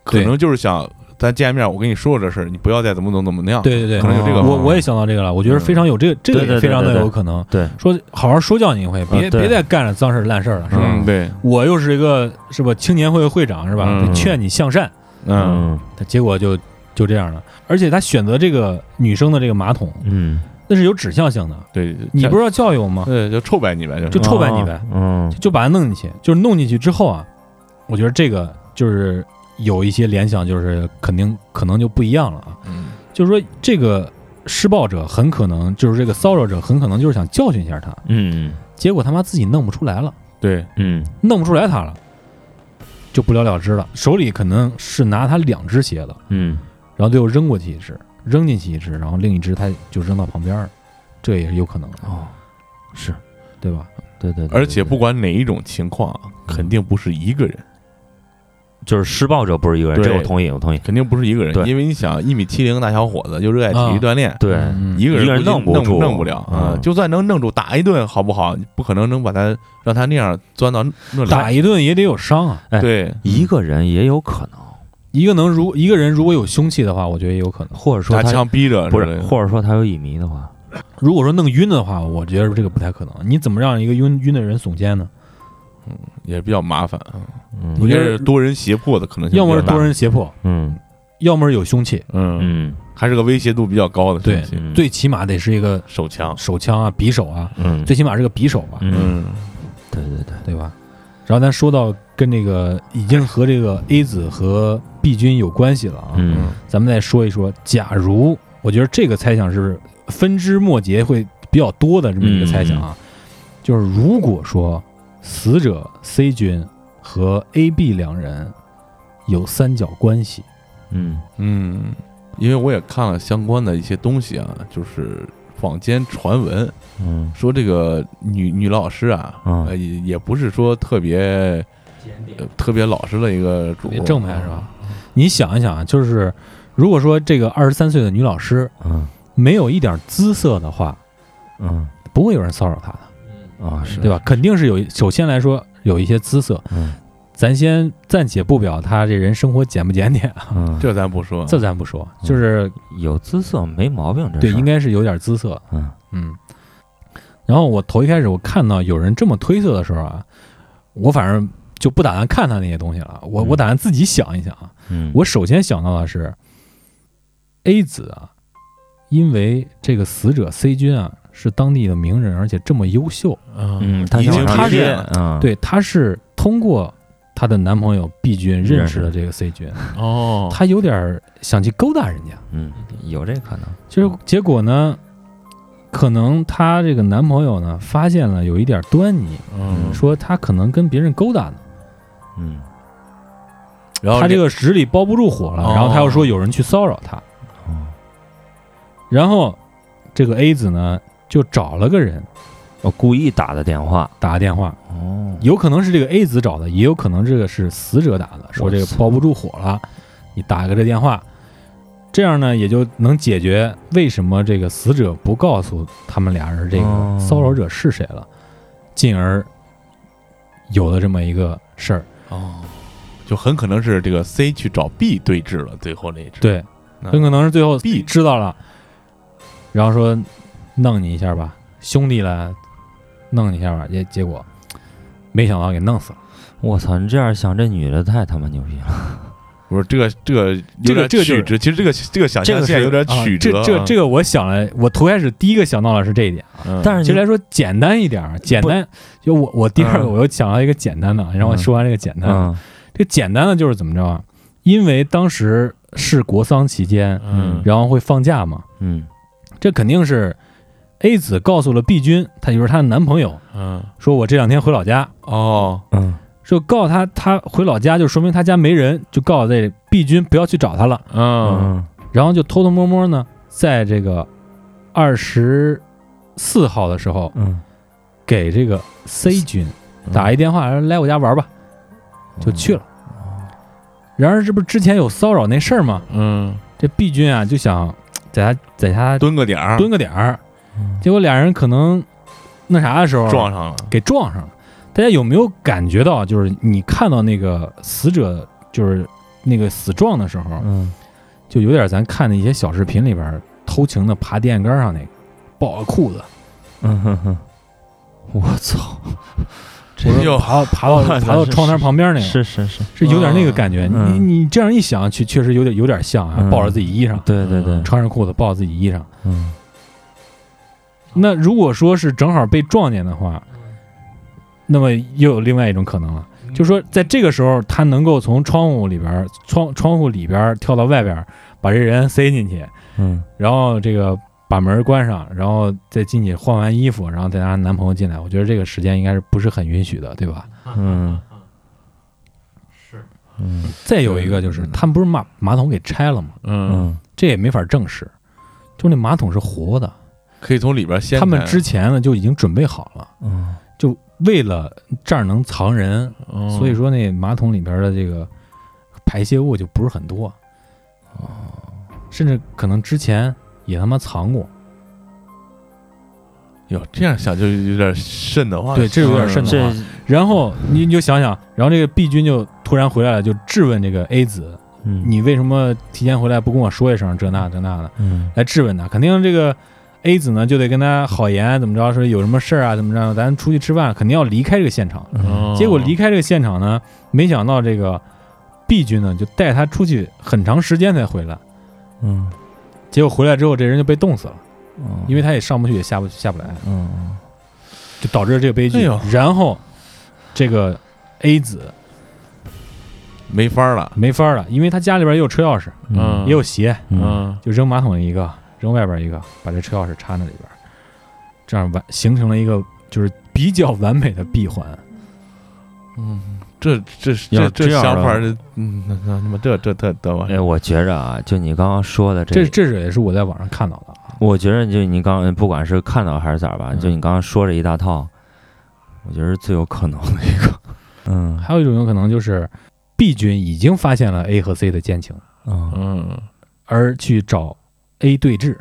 Speaker 5: 可
Speaker 8: 对
Speaker 5: 能就是想咱见面，我跟你说这事儿，你不要再怎么怎么怎
Speaker 7: 啊
Speaker 5: 么样。
Speaker 8: 对对对，
Speaker 5: 可能就这个
Speaker 8: 我我也想到这个了，我觉得非常有这个，这个
Speaker 7: 对对
Speaker 8: 也非常
Speaker 7: 对
Speaker 8: 的
Speaker 7: 对对
Speaker 8: 有可能。
Speaker 7: 对，啊
Speaker 8: 说好好说教你一回，别、
Speaker 7: 对
Speaker 8: 别再干了脏事儿烂事儿了，是吧？
Speaker 5: 嗯，对，
Speaker 8: 我又是一个是吧青年会会长是吧？
Speaker 5: 嗯
Speaker 8: 得劝你向善，
Speaker 5: 嗯，
Speaker 8: 他结果就就这样了。而且他选择这个女生的这个马桶，
Speaker 7: 嗯，
Speaker 8: 那是有指向性的，
Speaker 5: 对，
Speaker 8: 你不是要教育我吗？
Speaker 5: 对，就臭白你呗，就是
Speaker 8: 就臭白你呗
Speaker 7: 嗯
Speaker 8: 就把他弄进去，就是弄进去之后啊，我觉得这个就是有一些联想，就是肯定可能就不一样了啊。
Speaker 5: 嗯
Speaker 8: 就是说这个施暴者很可能就是这个骚扰者很可能就是想教训一下他，
Speaker 7: 嗯
Speaker 8: 结果他妈自己弄不出来了，
Speaker 5: 对，
Speaker 7: 嗯
Speaker 8: 弄不出来他了，就不了了之了。手里可能是拿他两只鞋的，
Speaker 7: 嗯
Speaker 8: 然后最后扔过去一只，扔进去一只，然后另一只他就扔到旁边了，这也是有可能的，
Speaker 7: 哦，是
Speaker 8: 对吧？
Speaker 7: 对对，
Speaker 5: 而且不管哪一种情况，
Speaker 8: 嗯
Speaker 5: 肯定不是一个人，
Speaker 7: 就是施暴者不是一个人，这我同意，我同意，
Speaker 5: 肯定不是一个人
Speaker 7: 对，
Speaker 5: 因为你想一米七零大小伙子又热爱体育锻炼，
Speaker 7: 对，
Speaker 8: 嗯
Speaker 5: 一个人
Speaker 7: 一个人
Speaker 5: 估计
Speaker 7: 弄不
Speaker 5: 弄
Speaker 7: 住
Speaker 5: 弄不了啊！
Speaker 7: 嗯
Speaker 5: 就算能弄住，打一顿好不好？你不可能能把他让他那样钻到那里。
Speaker 8: 打一顿也得有伤啊。
Speaker 7: 哎
Speaker 5: 对，
Speaker 7: 一个人也有可能，
Speaker 8: 一个能如一个人如果有凶器的话，我觉得也有可能。
Speaker 7: 或者说
Speaker 5: 拿
Speaker 7: 他
Speaker 5: 枪逼着
Speaker 7: 不
Speaker 5: 之
Speaker 7: 是，
Speaker 5: 类的
Speaker 7: 或者说他有乙醚的话，
Speaker 8: 如果说弄晕的话，我觉得这个不太可能。你怎么让一个晕晕的人耸肩呢？
Speaker 5: 也比较麻烦。啊。
Speaker 7: 嗯
Speaker 5: 我觉得是多人胁迫的可能性，
Speaker 8: 要么是多，人胁迫，
Speaker 7: 嗯
Speaker 8: 要么是有凶器，
Speaker 5: 嗯，
Speaker 7: 嗯
Speaker 5: 还是个威胁度比较高的
Speaker 8: 对
Speaker 5: 东西
Speaker 7: 嗯，
Speaker 8: 最起码得是一个
Speaker 5: 手枪，
Speaker 8: 手枪啊、匕首啊，
Speaker 7: 嗯
Speaker 8: 最起码是个匕首吧，
Speaker 7: 嗯，
Speaker 5: 嗯，
Speaker 7: 对对对，
Speaker 8: 对吧？然后咱说到跟这个已经和这个 A 子和 B 军有关系了啊，
Speaker 7: 嗯
Speaker 8: 咱们再说一说，假如我觉得这个猜想是分支末节会比较多的这么一个猜想啊，就是如果说死者 C 军和 A、B 两人有三角关系，
Speaker 7: 嗯
Speaker 5: 嗯，因为我也看了相关的一些东西啊，就是坊间传闻，
Speaker 7: 嗯
Speaker 5: 说这个女女老师啊，
Speaker 7: 嗯
Speaker 5: 呃也也不是说特别
Speaker 6: 检点
Speaker 5: 呃特别老实的一个主
Speaker 8: 别正派是吧？你想一想啊，就是如果说这个二十三岁的女老师
Speaker 7: 嗯
Speaker 8: 没有一点姿色的话，
Speaker 7: 嗯
Speaker 8: 不会有人骚扰她的，
Speaker 6: 嗯
Speaker 7: 啊是
Speaker 8: 对吧？肯定是有，首先来说有一些姿色，
Speaker 7: 嗯
Speaker 8: 咱先暂且不表她这人生活检不检点啊，
Speaker 7: 嗯，
Speaker 5: 这咱不说，
Speaker 8: 这咱不说，
Speaker 7: 嗯
Speaker 8: 就是
Speaker 7: 有姿色没毛病，这
Speaker 8: 对，
Speaker 7: 事儿
Speaker 8: 应该是有点姿色。
Speaker 7: 嗯
Speaker 8: 嗯。然后我头一开始我看到有人这么推测的时候啊，我反正就不打算看他那些东西了，我
Speaker 7: 嗯
Speaker 8: 我打算自己想一想啊。
Speaker 7: 嗯
Speaker 8: 我首先想到的是，A 子啊，因为这个死者 C 君啊是当地的名人，而且这么优秀，
Speaker 7: 嗯他
Speaker 5: 已
Speaker 7: 想
Speaker 5: 经
Speaker 7: 让
Speaker 8: 他
Speaker 7: 这
Speaker 8: 是
Speaker 5: 是
Speaker 7: 嗯
Speaker 8: 对，她是通过她的男朋友 B 君认识的
Speaker 7: 认识
Speaker 8: 这个 C 君，
Speaker 5: 哦，
Speaker 8: 她有点想去勾搭人家。
Speaker 7: 嗯有这可能
Speaker 8: 就是结果呢，可能她这个男朋友呢发现了有一点端倪，
Speaker 5: 嗯，
Speaker 8: 说她可能跟别人勾搭呢，
Speaker 7: 嗯，哦
Speaker 5: 然后
Speaker 8: 她这个纸里包不住火了，
Speaker 5: 哦
Speaker 8: 然后她又说有人去骚扰她，
Speaker 7: 哦
Speaker 8: 然后这个 A 子呢就找了个人
Speaker 7: 我故意打的电话。
Speaker 8: 打个电话，
Speaker 7: 哦，
Speaker 8: 有可能是这个 A 子找的，也有可能这个是死者打的，说这个
Speaker 7: 我操
Speaker 8: 包不住火了，你打个这电话，这样呢也就能解决为什么这个死者不告诉他们俩人这
Speaker 7: 哦
Speaker 8: 个骚扰者是谁了，进而有了这么一个事儿。
Speaker 5: 哦，就很可能是这个 C 去找 B 对峙了，最后那一只。
Speaker 8: 对，
Speaker 5: 那
Speaker 8: 很可能是最后
Speaker 5: B
Speaker 8: 知道了，然后说弄你一下吧，兄弟来弄你一下吧，结结果没想到给弄死了。
Speaker 7: 我操！你这样想，这女的太他妈牛逼了。
Speaker 5: 我说这个这个有
Speaker 8: 这
Speaker 5: 点
Speaker 8: 个这个就是
Speaker 5: 曲折，其实这个这个想
Speaker 7: 这
Speaker 5: 象
Speaker 7: 个
Speaker 5: 线
Speaker 7: 是
Speaker 5: 有点
Speaker 8: 啊
Speaker 5: 曲
Speaker 8: 这
Speaker 5: 折啊。
Speaker 8: 这这个我想了，我头开始第一个想到的是这一点。
Speaker 5: 嗯，
Speaker 7: 但
Speaker 8: 其
Speaker 7: 是
Speaker 8: 实
Speaker 7: 你
Speaker 8: 来说简单一点儿，简单就我我第二个
Speaker 5: 嗯
Speaker 8: 我又想到一个简单的，让我说完这个简单的。
Speaker 7: 嗯
Speaker 8: 这简单的就是怎么着啊？因为当时是国丧期间，
Speaker 5: 嗯
Speaker 8: 然后会放假嘛，
Speaker 7: 嗯
Speaker 8: 这肯定是 A 子告诉了 B 君，她就是她的男朋友，
Speaker 5: 嗯
Speaker 8: 说我这两天回老家，
Speaker 5: 哦
Speaker 7: 嗯
Speaker 8: 就告诉她她回老家就说明她家没人，就告诉这 B 君不要去找她了，
Speaker 5: 嗯
Speaker 7: 嗯
Speaker 8: 然后就偷偷摸摸呢，在这个二十四号的时候
Speaker 7: 嗯，
Speaker 8: 给这个 C 君
Speaker 5: 嗯
Speaker 8: 打一电话，来我家玩吧，就去了。
Speaker 5: 哦
Speaker 8: 然而，这不是之前有骚扰那事儿吗？
Speaker 5: 嗯，
Speaker 8: 这 B 君啊就想在他在他
Speaker 5: 蹲个点儿
Speaker 8: 蹲个点儿，
Speaker 7: 嗯
Speaker 8: 结果俩人可能那啥的时候
Speaker 5: 撞上了。
Speaker 8: 给撞上了。大家有没有感觉到，就是你看到那个死者就是那个死状的时候，
Speaker 7: 嗯
Speaker 8: 就有点咱看的一些小视频里边儿偷情的爬电线杆上那个，抱着裤子，
Speaker 7: 嗯哼哼，我操！这
Speaker 8: 不
Speaker 7: (laughs)
Speaker 8: 是
Speaker 5: 哟
Speaker 8: 爬到爬到
Speaker 7: 哇
Speaker 8: 爬到
Speaker 7: 是
Speaker 8: 窗台旁边那个，
Speaker 7: 是是是，
Speaker 8: 是有点那个感觉。
Speaker 7: 嗯
Speaker 8: 你你这样一想，确确实有点有点像啊，
Speaker 7: 嗯
Speaker 8: 抱着自己衣裳，
Speaker 7: 对对对，
Speaker 8: 穿着裤子抱着自己衣裳。
Speaker 7: 嗯
Speaker 8: 那如果说是正好被撞见的话，那么又有另外一种可能了，
Speaker 6: 嗯
Speaker 8: 就是说在这个时候，他能够从窗户里边窗窗户里边跳到外边，把这人塞进去，
Speaker 7: 嗯
Speaker 8: 然后这个把门关上，然后再进去换完衣服，然后再让男朋友进来。我觉得这个时间应该是不是很允许的，对吧？
Speaker 7: 嗯
Speaker 6: 是
Speaker 7: 嗯
Speaker 8: 再有一个就是，他们不是把马桶给拆了吗？
Speaker 5: 嗯，
Speaker 7: 嗯
Speaker 8: 这也没法证实，就那马桶是活的。
Speaker 5: 可以从里边掀开。
Speaker 8: 他们之前呢就已经准备好了，
Speaker 7: 嗯
Speaker 8: 就为了这儿能藏人，
Speaker 5: 嗯，
Speaker 8: 所以说那马桶里边的这个排泄物就不是很多，甚至可能之前也他妈藏过，
Speaker 5: 哟，这样想就有点瘆得慌。
Speaker 8: 对这有点瘆
Speaker 5: 嗯
Speaker 8: 得慌
Speaker 7: 这
Speaker 8: 然后你你就想想，然后这个 B 君就突然回来了，就质问这个 A 子，
Speaker 7: 嗯
Speaker 8: 你为什么提前回来不跟我说一声这那这那的，
Speaker 7: 嗯
Speaker 8: 来质问他，肯定这个 A 子呢就得跟他好言怎么着，说有什么事儿啊怎么着，咱出去吃饭，肯定要离开这个现场。
Speaker 5: 哦
Speaker 8: 结果离开这个现场呢，没想到这个 B 君呢就带他出去很长时间才回来，
Speaker 7: 嗯，
Speaker 8: 结果回来之后这人就被冻死了，因
Speaker 7: 为
Speaker 8: 为他也上不去也下不下不来，
Speaker 7: 嗯
Speaker 8: 就导致了这个悲
Speaker 5: 哎
Speaker 8: 剧
Speaker 5: 呦。
Speaker 8: 然后这个 A 子
Speaker 5: 哦没法儿了。
Speaker 8: 没法儿了，因为他家里边也有车钥匙，
Speaker 7: 嗯
Speaker 8: 也有鞋，
Speaker 5: 嗯
Speaker 8: 就扔马桶里一个，扔外边一个，把这车钥匙插那里边，这样完形成了一个就是比较完美的闭环。
Speaker 5: 嗯，这这
Speaker 7: 要
Speaker 5: 这这
Speaker 7: 这样
Speaker 5: 想法
Speaker 7: 啊
Speaker 5: 儿，嗯，那那他妈这这特得吧？
Speaker 7: 哎，我觉着啊，就你刚刚说的
Speaker 8: 这这是也是我在网上看到的啊，
Speaker 7: 我觉得就你刚不管是看到还是咋吧，
Speaker 8: 嗯
Speaker 7: 就你刚刚说这一大套，我觉得是最有可能的一个。嗯
Speaker 8: 还有一种有可能就是 B 君已经发现了 A 和 C 的奸情，
Speaker 7: 嗯
Speaker 5: 嗯
Speaker 8: 而去找 A 对峙，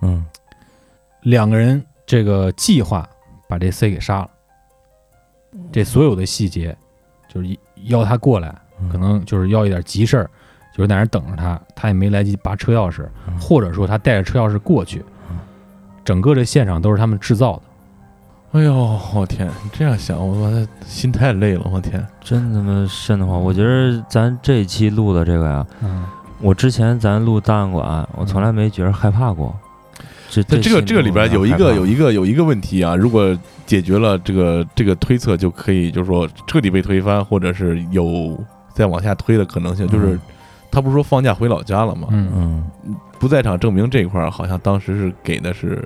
Speaker 7: 嗯
Speaker 8: 两个人这个计划把这 C 给杀了。这所有的细节就是邀他过来，
Speaker 7: 嗯
Speaker 8: 可能就是要一点急事儿，就是在那儿等着他，他也没来及拔车钥匙，
Speaker 7: 嗯
Speaker 8: 或者说他带着车钥匙过去
Speaker 7: 嗯，
Speaker 8: 整个这现场都是他们制造的。
Speaker 5: 哎呦，我天！你这样想，我妈心太累了，我天！
Speaker 7: 真他妈瘆得慌！
Speaker 5: 嗯
Speaker 7: 我觉得咱这一期录的这个呀，
Speaker 8: 嗯，
Speaker 7: 我之前咱录档案馆，我从来没觉得害怕过。这
Speaker 5: 但这个这个里边有一个有
Speaker 7: 一
Speaker 5: 一个有一个问题啊，如果解决了这个这个推测，就可以就是说彻底被推翻，或者是有再往下推的可能性。就是
Speaker 7: 嗯
Speaker 5: 他不是说放假回老家了吗？
Speaker 8: 嗯
Speaker 7: 嗯
Speaker 5: 不在场证明这一块儿，好像当时是给的是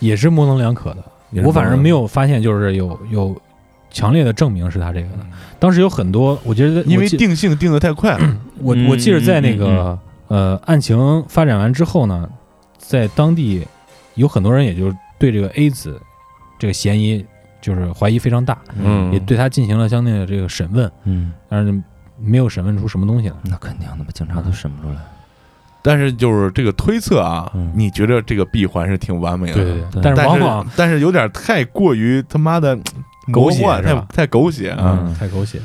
Speaker 8: 也是模棱两可的。
Speaker 5: 也是
Speaker 8: 我反正没
Speaker 5: 有，
Speaker 8: 有发现就是有有强烈的证明是他这个的。当时有很多，我觉得
Speaker 5: 嗯因为
Speaker 8: 我记
Speaker 5: 定性定的太快了，
Speaker 8: 我
Speaker 7: 嗯
Speaker 8: 我记得在那
Speaker 7: 嗯
Speaker 8: 个呃案情发展完之后呢，在当地有很多人也就对这个 A 子这个嫌疑就是怀疑非常大，
Speaker 5: 嗯
Speaker 8: 也对他进行了相应的这个审问，
Speaker 7: 嗯，
Speaker 8: 但是没有审问出什么东西来。
Speaker 7: 那肯定的吧，警察都审不出来。
Speaker 5: 但是就是这个推测啊
Speaker 7: 嗯，
Speaker 5: 你觉得这个闭环是挺完美的，
Speaker 8: 对对
Speaker 7: 对
Speaker 8: 但是
Speaker 5: 但
Speaker 8: 往
Speaker 5: 是
Speaker 8: 往
Speaker 5: 但是有点太过于他妈的
Speaker 8: 狗血
Speaker 5: 魔幻
Speaker 8: 是吧
Speaker 5: 太太狗血啊，
Speaker 7: 嗯
Speaker 8: 太狗血，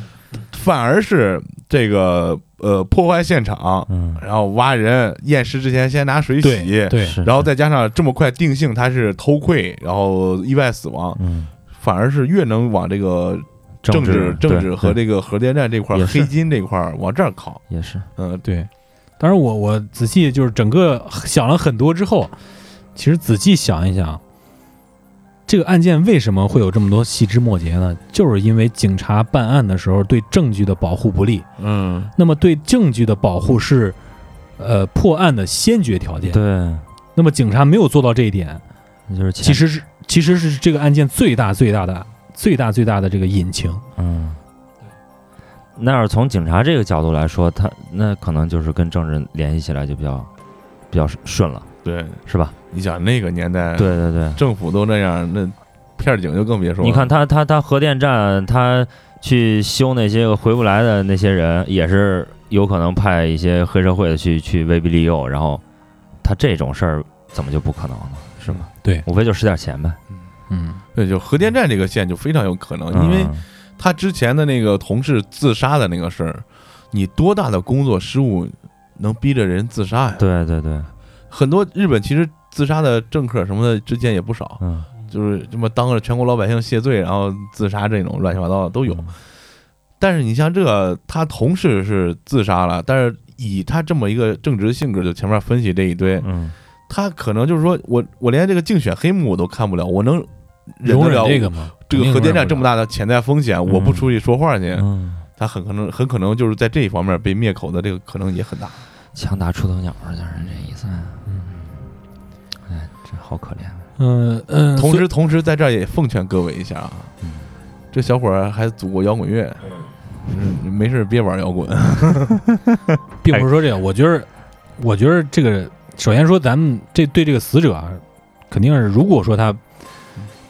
Speaker 5: 反而是这个呃破坏现场，
Speaker 7: 嗯，
Speaker 5: 然后挖人验尸之前先拿水洗，
Speaker 8: 对，
Speaker 7: 是
Speaker 5: 然后再加上这么快定性他是偷窥，然后意外死亡，
Speaker 7: 嗯，
Speaker 5: 反而是越能往这个政
Speaker 7: 治
Speaker 5: 政
Speaker 7: 对
Speaker 5: 治和
Speaker 7: 对
Speaker 5: 这个核电站这块儿
Speaker 7: 也是
Speaker 5: 黑金这块儿往这儿靠，
Speaker 7: 也是，
Speaker 5: 嗯，
Speaker 8: 对，当然我我仔细就是整个想了很多之后，其实仔细想一想，这个案件为什么会有这么多细枝末节呢？就是因为警察办案的时候对证据的保护不力。
Speaker 5: 嗯
Speaker 8: 那么对证据的保护是，呃，破案的先决条件。
Speaker 7: 对，
Speaker 8: 那么警察没有做到这一点，
Speaker 7: 就是
Speaker 8: 其
Speaker 7: 其，
Speaker 8: 实是其实是这个案件最大最大的最大最大的这个隐情。
Speaker 7: 嗯，那要是从警察这个角度来说，他那可能就是跟政治联系起来就比较比较顺了，
Speaker 5: 对，
Speaker 7: 是吧？
Speaker 5: 你想那个年代，
Speaker 7: 对对对，
Speaker 5: 政府都那样，那片儿警就更别说了，
Speaker 7: 你看他他他核电站，他去修那些个回不来的那些人，也是有可能派一些黑社会的去去威逼利诱，然后他这种事儿怎么就不可能呢？是吗？
Speaker 8: 对
Speaker 7: 无非就使点钱呗。
Speaker 8: 嗯，
Speaker 5: 对，就核电站这个线就非常有可能，因为
Speaker 7: 嗯
Speaker 5: 他之前的那个同事自杀的那个事儿，你多大的工作失误能逼着人自杀呀？
Speaker 7: 对对对，
Speaker 5: 很多日本其实自杀的政客什么的之间也不少，
Speaker 7: 嗯，
Speaker 5: 就是这么当着全国老百姓谢罪，然后自杀这种乱七八糟的都
Speaker 7: 嗯
Speaker 5: 有。但是你像这，他同事是自杀了，但是以他这么一个正直性格，就前面分析这一堆，
Speaker 7: 嗯，
Speaker 5: 他可能就是说我我连这个竞选黑幕我都看不了，我能忍
Speaker 8: 容
Speaker 5: 得
Speaker 8: 忍
Speaker 5: 了
Speaker 8: 这个吗？
Speaker 5: 这个核电站这么
Speaker 8: 大，
Speaker 5: 大的潜在风险，我不出去说话去，
Speaker 7: 嗯，
Speaker 5: 他很可能很可能就是在这一方面被灭口的这个可能也很大。
Speaker 7: 枪打出头鸟儿，就是这意思。啊哎，这好可怜啊。
Speaker 8: 嗯嗯，
Speaker 5: 同时，同时在这儿也奉劝各位一下啊，
Speaker 7: 嗯
Speaker 5: 这小伙儿还组过摇滚乐，嗯，没事儿别玩摇滚。
Speaker 8: 嗯并不是说这个，我觉得，我觉得这个，首先说咱们这对这个死者啊，肯定是如果说他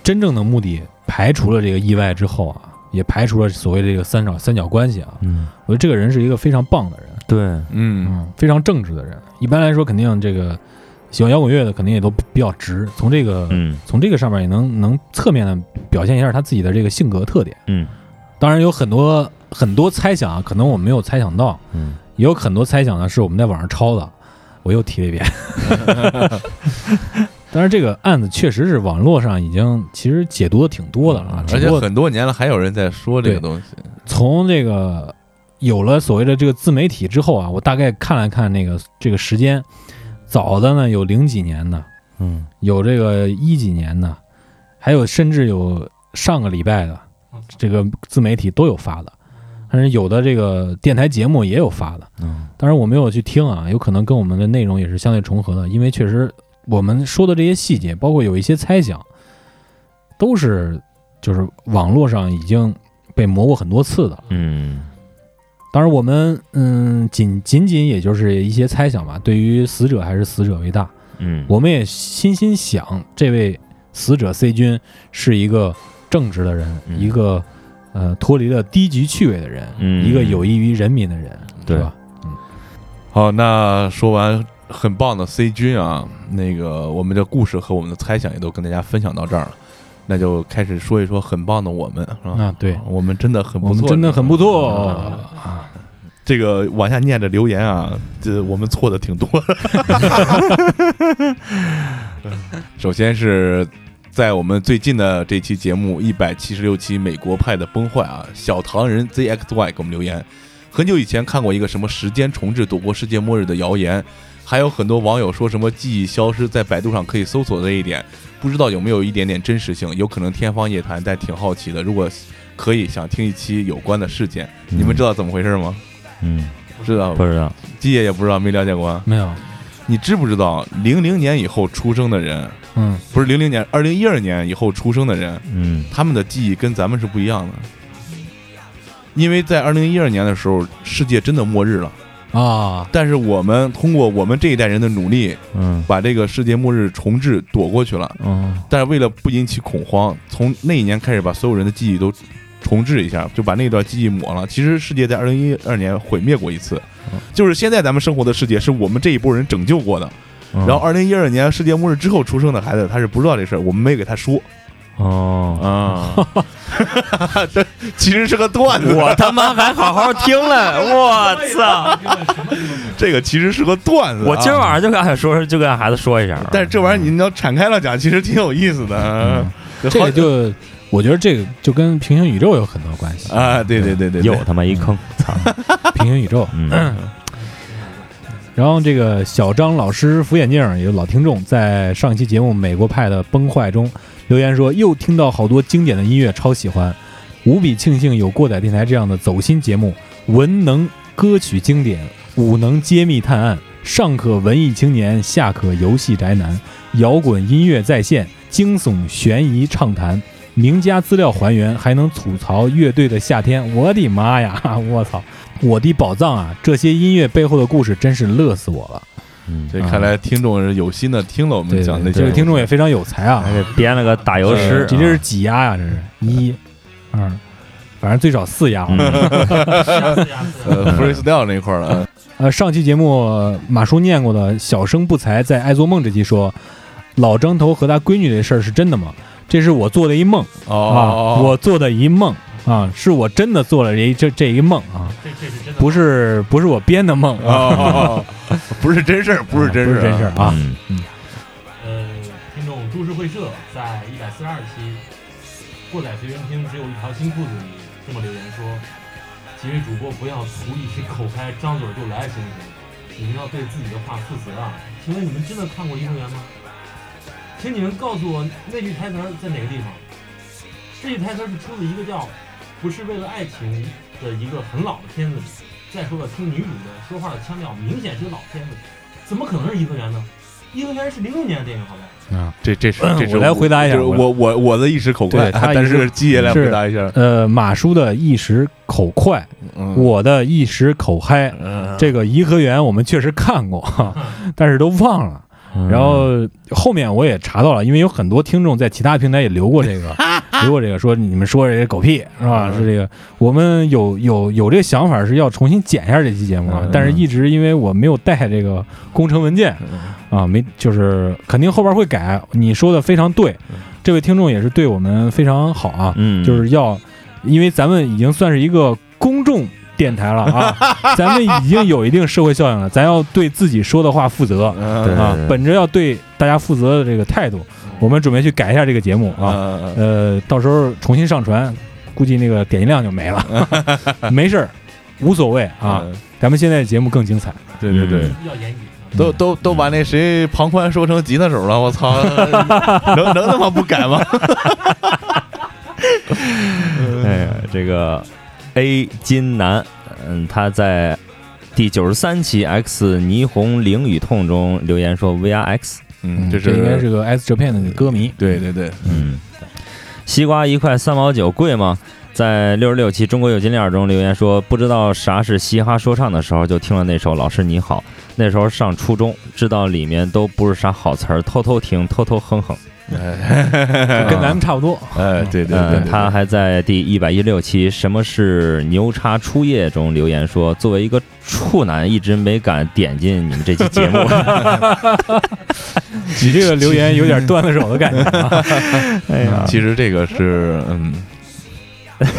Speaker 8: 真正的目的排除了这个意外之后啊，也排除了所谓这个三角三角关系啊，
Speaker 7: 嗯，
Speaker 8: 我觉得这个人是一个非常棒的人，
Speaker 7: 对，
Speaker 5: 嗯，
Speaker 8: 嗯，非常正直的人。一般来说，肯定这个喜欢摇滚乐的肯定也都比较直，从这个、
Speaker 7: 嗯
Speaker 8: 从这个上面也能能侧面的表现一下他自己的这个性格特点。
Speaker 7: 嗯
Speaker 8: 当然有很多很多猜想啊，可能我们没有猜想到，
Speaker 7: 嗯，
Speaker 8: 也有很多猜想呢是我们在网上抄的，我又提了
Speaker 5: (laughs)
Speaker 8: 一遍。但是这个案子确实是网络上已经其实解读的挺多的了啊，
Speaker 5: 嗯而
Speaker 8: 只
Speaker 5: 且
Speaker 8: 不过
Speaker 5: 很多年了，还有人在说这个东西。
Speaker 8: 从这个有了所谓的这个自媒体之后啊，我大概看了看那个这个时间，早的呢有零几年的，
Speaker 7: 嗯，
Speaker 8: 有这个一几年的，还有甚至有上个礼拜的，这个自媒体都有发的，但是有的这个电台节目也有发的。
Speaker 7: 嗯，
Speaker 8: 当然我没有去听啊，有可能跟我们的内容也是相对重合的，因为确实我们说的这些细节，包括有一些猜想，都是就是网络上已经被磨过很多次的。
Speaker 7: 嗯，
Speaker 8: 当然，我们嗯，仅仅仅也就是一些猜想吧，对于死者还是死者为大。
Speaker 7: 嗯，
Speaker 8: 我们也心心想，这位死者 C 君是一个正直的人，
Speaker 7: 嗯
Speaker 8: 一个呃脱离了低级趣味的人，
Speaker 7: 嗯
Speaker 8: 一个有益于人民的人，
Speaker 7: 对
Speaker 8: 是吧？
Speaker 5: 好，那说完很棒的 C 君啊，那个我们的故事和我们的猜想也都跟大家分享到这儿了，那就开始说一说很棒的我们，
Speaker 7: 哦
Speaker 5: 是吧？
Speaker 8: 啊，对，
Speaker 5: 我们真的很不
Speaker 8: 我
Speaker 5: 错，
Speaker 8: 们真的很不错
Speaker 5: 啊这个往下念着留言啊，这我们错的挺多的。首先是在我们最近的这期节目一百七十六期《美国派的崩坏》啊，小唐人 ZXY 给我们留言，很久以前看过一个什么时间重置躲过世界末日的谣言，还有很多网友说什么记忆消失，在百度上可以搜索这一点，不知道有没有一点点真实性，有可能天方夜谭，但挺好奇的。如果可以，想听一期有关的事件，你们知道怎么回事吗？
Speaker 7: 嗯，
Speaker 5: 知道
Speaker 7: 不知道，
Speaker 5: 季爷也不知道，没了解过。
Speaker 8: 没有，
Speaker 5: 你知不知道，零零年以后出生的人，
Speaker 8: 嗯
Speaker 5: 不是零零年，二零一二年以后出生的人，
Speaker 7: 嗯
Speaker 5: 他们的记忆跟咱们是不一样的。因为在二零一二年的时候，世界真的末日了，
Speaker 8: 啊，
Speaker 5: 但是我们通过我们这一代人的努力，
Speaker 7: 嗯
Speaker 5: 把这个世界末日重置躲过去了。
Speaker 7: 嗯
Speaker 5: 但是为了不引起恐慌，从那一年开始把所有人的记忆都重置一下，就把那段记忆抹了。其实世界在二零一二年毁灭过一次
Speaker 7: 嗯，
Speaker 5: 就是现在咱们生活的世界是我们这一波人拯救过的。
Speaker 7: 嗯，
Speaker 5: 然后二零一二年世界末日之后出生的孩子，他是不知道这事儿，我们没给他说
Speaker 7: 哦，
Speaker 5: 啊。 (laughs) 这其实是个段子，
Speaker 7: (laughs) 我他妈还好好听 (laughs) 嘞，我操！
Speaker 6: 根本什么都没有。
Speaker 5: 这个其实是个段子啊。
Speaker 7: 我今儿晚上就跟俺说，就跟俺孩子说一下。啊
Speaker 5: 但是这玩意儿你要敞开了讲，其实挺有意思的。
Speaker 7: 嗯
Speaker 5: 嗯
Speaker 8: 这个就我觉得这个就跟平行宇宙有很多关系，
Speaker 5: 啊，对对对对，对
Speaker 7: 又他妈一坑，操！
Speaker 8: 平行宇宙。
Speaker 7: 嗯
Speaker 8: 然后这个小张老师扶眼镜儿也有老听众，在上一期节目《美国派的崩坏》中留言说，又听到好多经典的音乐，超喜欢，无比庆幸有过载电台这样的走心节目，文能歌曲经典，武能揭秘探案，上可文艺青年，下可游戏宅男，摇滚音乐再现，惊悚悬疑畅谈。名家资料还原，还能吐槽乐队的夏天，我的妈呀！我操，我的宝藏啊！这些音乐背后的故事真是乐死我了。
Speaker 7: 嗯，
Speaker 5: 这看来听众是有心的听了我们
Speaker 8: 对
Speaker 5: 嗯讲
Speaker 8: 对
Speaker 5: 的
Speaker 8: 这位听众也非常有才啊
Speaker 7: 还，
Speaker 5: 哎
Speaker 7: 给编了个打油
Speaker 5: 啊
Speaker 7: 诗，
Speaker 8: 你这是几压呀？这是一、二，反正最少四压。啊
Speaker 7: 嗯
Speaker 6: 吓死吓死
Speaker 5: (laughs) 呃 freestyle 那块儿了，
Speaker 8: 呃，上期节目马叔念过的“小生不才在爱做梦”这期说，老张头和他闺女这事儿是真的吗？这是我做的一梦啊，
Speaker 5: 哦，
Speaker 8: 我做的一梦啊，是我真的做了一这这一梦啊，
Speaker 6: 这这是真的，
Speaker 8: 不是不是我编的梦啊，
Speaker 5: 哦，不是真事儿，不是真
Speaker 8: 不是
Speaker 5: 事
Speaker 8: 真事
Speaker 5: 儿，
Speaker 8: 儿啊。
Speaker 7: 嗯
Speaker 6: 呃，听众株式会社在一百四十二期《过载随缘听只有一条新裤子》里这么留言说：“几位主播不要图一时口开，张嘴就来，行不行？你们要对自己的话负责啊！请问你们真的看过《颐和园》吗？请你们告诉我那句台词儿在哪个地方？这句台词儿是出自一个叫《不是为了爱情》的一个很老的片子里。再说了，听女主的说话的腔调，明显是个老片子，怎么可能是《颐和园》呢？《颐和园》是零六年的电影，好吧？
Speaker 5: 这这是
Speaker 8: 嗯
Speaker 5: 这是
Speaker 8: 我来回答一下
Speaker 5: 就是我我我的一时口快，
Speaker 8: 对他一
Speaker 5: 但
Speaker 8: 时
Speaker 5: 是季爷来回答一下，
Speaker 8: 呃，马叔的一时口快，
Speaker 5: 嗯
Speaker 8: 我的一时口嗨。
Speaker 5: 嗯
Speaker 8: 这个颐和园我们确实看过， (laughs) 哈但是都忘了。
Speaker 7: 嗯
Speaker 8: 然后后面我也查到了，因为有很多听众在其他平台也留过
Speaker 5: (laughs)
Speaker 8: 这个，留过这个说你们说这些狗屁是吧？
Speaker 5: 嗯
Speaker 8: 是这个，我们有有有这个想法是要重新剪一下这期节目啊
Speaker 5: 嗯，
Speaker 8: 但是一直因为我没有带这个工程文件
Speaker 5: 嗯
Speaker 8: 啊，没就是肯定后边会改。你说的非常对，
Speaker 5: 嗯
Speaker 8: 这位听众也是对我们非常好啊，
Speaker 7: 嗯，
Speaker 8: 就是要，因为咱们已经算是一个公众电台了啊，咱们已经有一定社会效应了，咱要对自己说的话负责
Speaker 7: 对
Speaker 5: 嗯
Speaker 8: 啊，本着要对大家负责的这个态度，我们准备去改一下这个节目啊，
Speaker 5: 嗯
Speaker 8: 呃，到时候重新上传，估计那个点击量就没了，没事儿，无所谓啊，，
Speaker 5: 嗯
Speaker 8: 咱们现在的节目更精彩，
Speaker 5: 对对对。
Speaker 6: 要严谨啊。
Speaker 5: 都都都把那谁庞宽说成吉他手了，我操，能能他妈不改 (laughs) 吗？
Speaker 7: (laughs) 哎呀，这个 A 金南，嗯，他在第九十三期 X 霓虹零与痛中留言说 VRX，
Speaker 5: 嗯，
Speaker 8: 这应该是个 S Japan 的歌迷，
Speaker 5: 对对对，
Speaker 7: 嗯，西瓜一块三毛九贵吗？在六十六期《中国有金链》中留言说，不知道啥是嘻哈说唱的时候，就听了那首《老师你好》，那时候上初中，知道里面都不是啥好词儿，偷偷听，偷偷哼哼。
Speaker 8: 跟咱们差不多，
Speaker 5: 哎，对对对
Speaker 7: 嗯，
Speaker 5: 对，
Speaker 7: 他还在第一百一六期《什么是牛叉初夜》中留言说，作为一个处男，一直没敢点进你们这
Speaker 5: (laughs)
Speaker 7: 期节目。
Speaker 8: 你这个留言有点段子手的感觉啊，
Speaker 7: 哎呀，
Speaker 5: 其实这个是，嗯，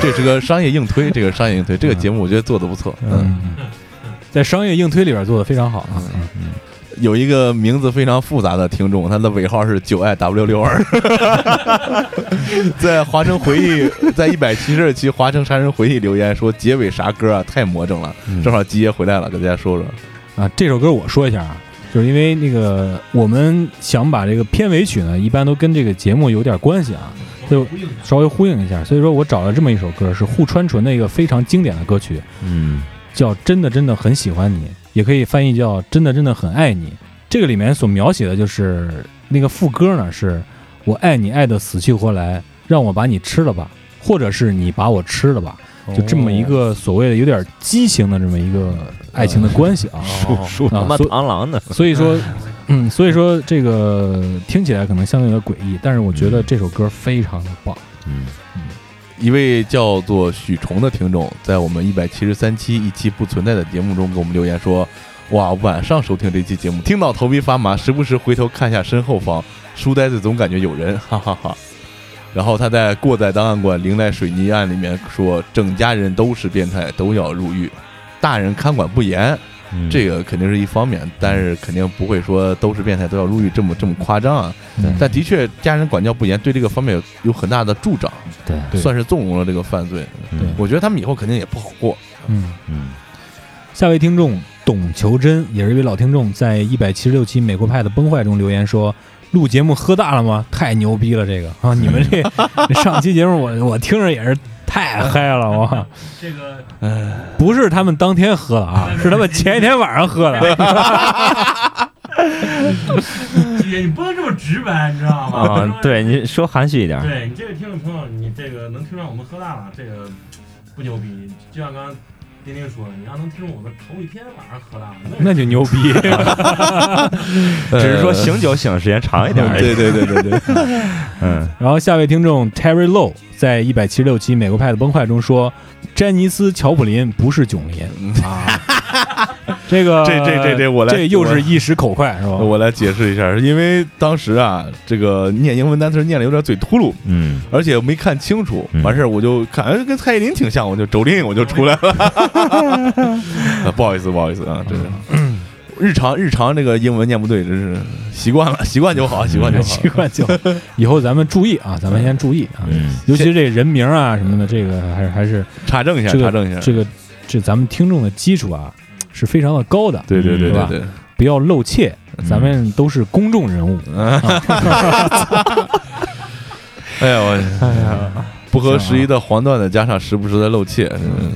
Speaker 5: 这是个商业硬推，这个商业硬推，这个节目我觉得做的不错。嗯，
Speaker 8: 嗯，在商业硬推里边做的非常好啊。
Speaker 5: 有一个名字非常复杂的听众，他的尾号是九爱 W 六二，在华城回忆，在一百七十期华城杀人回忆留言说结尾啥歌啊，太魔怔了。正好吉爷回来了，给大家说说。
Speaker 8: 啊，这首歌我说一下啊，就是因为那个我们想把这个片尾曲呢，一般都跟这个节目有点关系啊，
Speaker 6: 稍微呼应
Speaker 8: 稍微呼应
Speaker 6: 一下
Speaker 8: 一下。所以说我找了这么一首歌，是户川纯的一个非常经典的歌曲，
Speaker 7: 嗯
Speaker 8: 叫《真的真的很喜欢你》，也可以翻译叫《真的真的很爱你》。这个里面所描写的就是那个副歌呢是“我爱你爱的死去活来，让我把你吃了吧”，或者是“你把我吃了吧”，就这么一个所谓的有点畸形的这么一个爱情的关系啊。
Speaker 5: 说
Speaker 7: 哦
Speaker 5: 说
Speaker 7: 他
Speaker 8: 啊
Speaker 7: 妈
Speaker 8: 所以
Speaker 7: 螳螂呢？
Speaker 8: 所以说，嗯，所以说这个听起来可能相对有点诡异，但是我觉得这首歌非常的棒。
Speaker 7: 嗯，
Speaker 5: 一位叫做许虫的听众，在我们一百七十三期一期不存在的节目中给我们留言说：“哇，晚上收听这期节目，听到头皮发麻，时不时回头看一下身后方，书呆子总感觉有人，哈哈哈然后他在过载档案馆零在水泥案里面说：“整家人都是变态，都要入狱，大人看管不严，
Speaker 7: 嗯
Speaker 5: 这个肯定是一方面，但是肯定不会说都是变态都要入狱这么这么夸张啊。
Speaker 8: 嗯
Speaker 5: 但的确，家人管教不严，对这个方面有有很大的助长。”
Speaker 7: 对，
Speaker 8: 对
Speaker 5: 算是纵容了这个犯罪。
Speaker 7: 嗯
Speaker 5: 我觉得他们以后肯定也不好过。
Speaker 8: 嗯，
Speaker 7: 嗯
Speaker 8: 下位听众董求真也是一位老听众，在一百七十六期《美国派的崩坏》中留言说：“录节目喝大了吗？太牛逼了，这个啊！你们 (laughs) 这上期节目我我听着也是太嗨了，我
Speaker 6: 这个
Speaker 8: 不是他们当天喝的 (laughs) 啊，是他们前一天晚上喝的。 (laughs)
Speaker 6: 姐，你不能这么直白，你知道吗？不
Speaker 7: 啊
Speaker 6: 能，
Speaker 7: 对，你说含蓄一点，
Speaker 6: 对你这个听众朋友，你这个能听出来我们喝大了，这个不牛逼。就像刚刚丁丁说的，你要能听出我们头一天晚上喝大了，那
Speaker 8: 那就牛逼，
Speaker 7: 只是说醒酒醒的时间长一点而已。
Speaker 5: 对对对对
Speaker 8: (laughs)
Speaker 5: 对，
Speaker 7: 嗯
Speaker 8: 然后下位听众 Terry Low 在一百七十六期《美国派的崩坏》中说：“詹妮斯·乔普林不是囧林啊。” (laughs) 这个
Speaker 5: 嗯这这这这我来
Speaker 8: 这又是一时口快是吧？
Speaker 5: 我来解释一下，因为当时啊，这个念英文单词念的有点嘴秃噜，
Speaker 7: 嗯，
Speaker 5: 而且没看清楚，
Speaker 7: 嗯
Speaker 5: 完事儿我就看，哎，跟蔡依林挺像，我就肘令我就出来
Speaker 8: (laughs)
Speaker 5: 了。啊不好意思，不好意思啊，
Speaker 8: 嗯
Speaker 5: 真是。日常日常这个英文念不对，真是习惯了，习惯就好，习惯就好
Speaker 8: (laughs) 习。惯就好以后咱们注意啊，咱们先注意
Speaker 5: (laughs)
Speaker 8: 啊，
Speaker 7: 嗯
Speaker 8: 尤其这人名啊什么的，这个还是还是
Speaker 5: 查证一下，
Speaker 8: 这
Speaker 5: 查
Speaker 8: 个
Speaker 5: 证一下。
Speaker 8: 这个这咱们听众的基础啊是非常的高的，
Speaker 5: 对对对
Speaker 8: 嗯是
Speaker 5: 对
Speaker 8: 吧
Speaker 5: 对，
Speaker 8: 不要露怯，
Speaker 7: 嗯
Speaker 8: 咱们都是公众人物，
Speaker 5: 嗯 (laughs) 哎呀，我哎呀，不合时宜的黄段子加上时不时的露怯，嗯，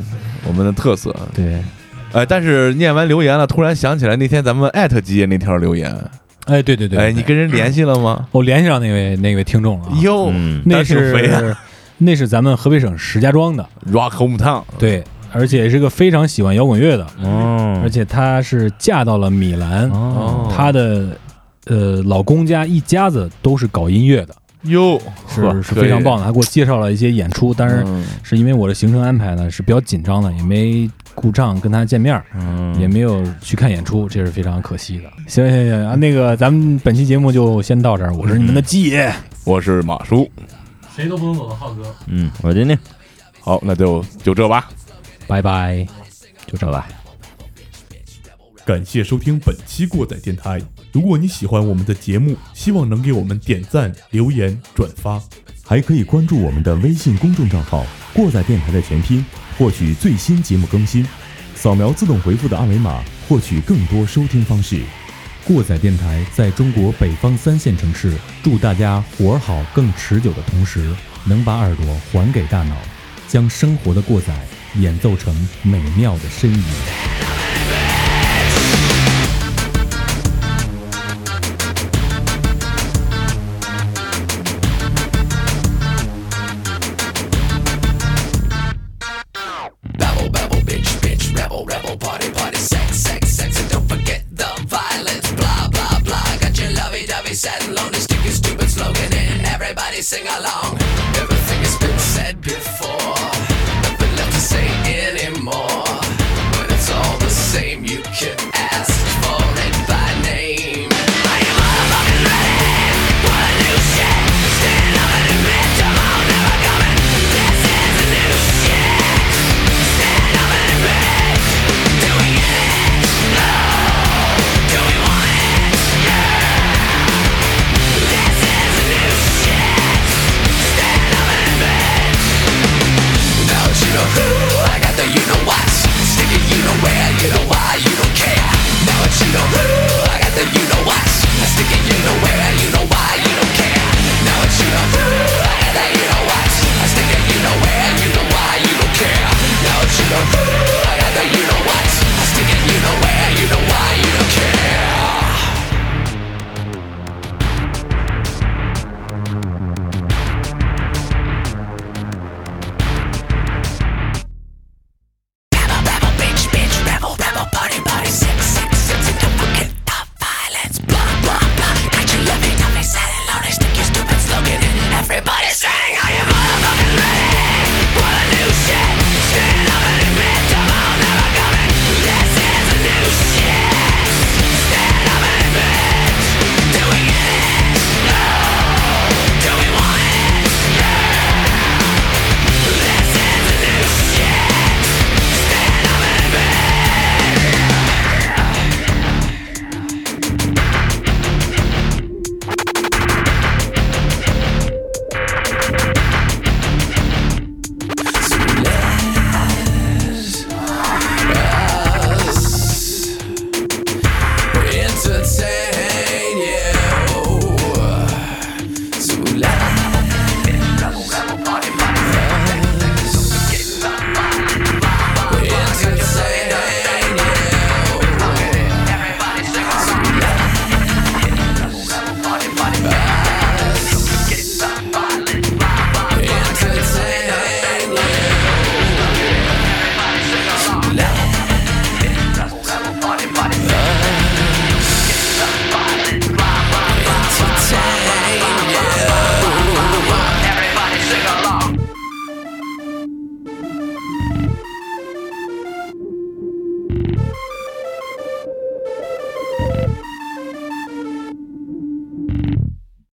Speaker 5: 我们的特色。
Speaker 8: 对，
Speaker 5: 哎，但是念完留言了，突然想起来那天咱们艾特基爷那条留言，
Speaker 8: 哎对对对，
Speaker 5: 哎，你跟人联系了吗？
Speaker 8: 我联系上那位那位听众了啊，
Speaker 5: 哟， (laughs)
Speaker 7: 嗯
Speaker 8: 那
Speaker 5: 单手肥嗯
Speaker 8: 是 (laughs) 那是咱们河北省石家庄的，
Speaker 5: ，Rock Hometown，
Speaker 8: 对，而且是个非常喜欢摇滚乐的，
Speaker 7: 哦
Speaker 8: 而且她是嫁到了米兰，
Speaker 7: 哦，
Speaker 8: 她的呃老公家一家子都是搞音乐的。
Speaker 5: 哟，
Speaker 8: 是是非常棒
Speaker 5: 的。
Speaker 8: 的，还给我介绍了一些演出，但是
Speaker 5: 嗯
Speaker 8: 是因为我的行程安排呢是比较紧张的，也没顾上跟他见面儿，
Speaker 7: 嗯
Speaker 8: 也没有去看演出，这是非常可惜的。行行行啊，那个咱们本期节目就先到这儿，我是你们的鸡爷，
Speaker 5: 我是马叔，
Speaker 6: 谁都不能走的浩哥。
Speaker 7: 嗯，我今天
Speaker 5: 好，那就就这吧。
Speaker 8: 拜拜。
Speaker 7: 就这吧。
Speaker 1: 感谢收听本期过载电台。如果你喜欢我们的节目，希望能给我们点赞、留言、转发。
Speaker 2: 还可以关注我们的微信公众账号“过载电台”的全拼，获取最新节目更新。扫描自动回复的二维码，获取更多收听方式。
Speaker 1: 过载电台在中国北方三线城市，祝大家活儿好更持久的同时，能把耳朵还给大脑，将生活的过载演奏成美妙的呻吟。
Speaker 4: Everything has been said before. Nothing left to say anymore.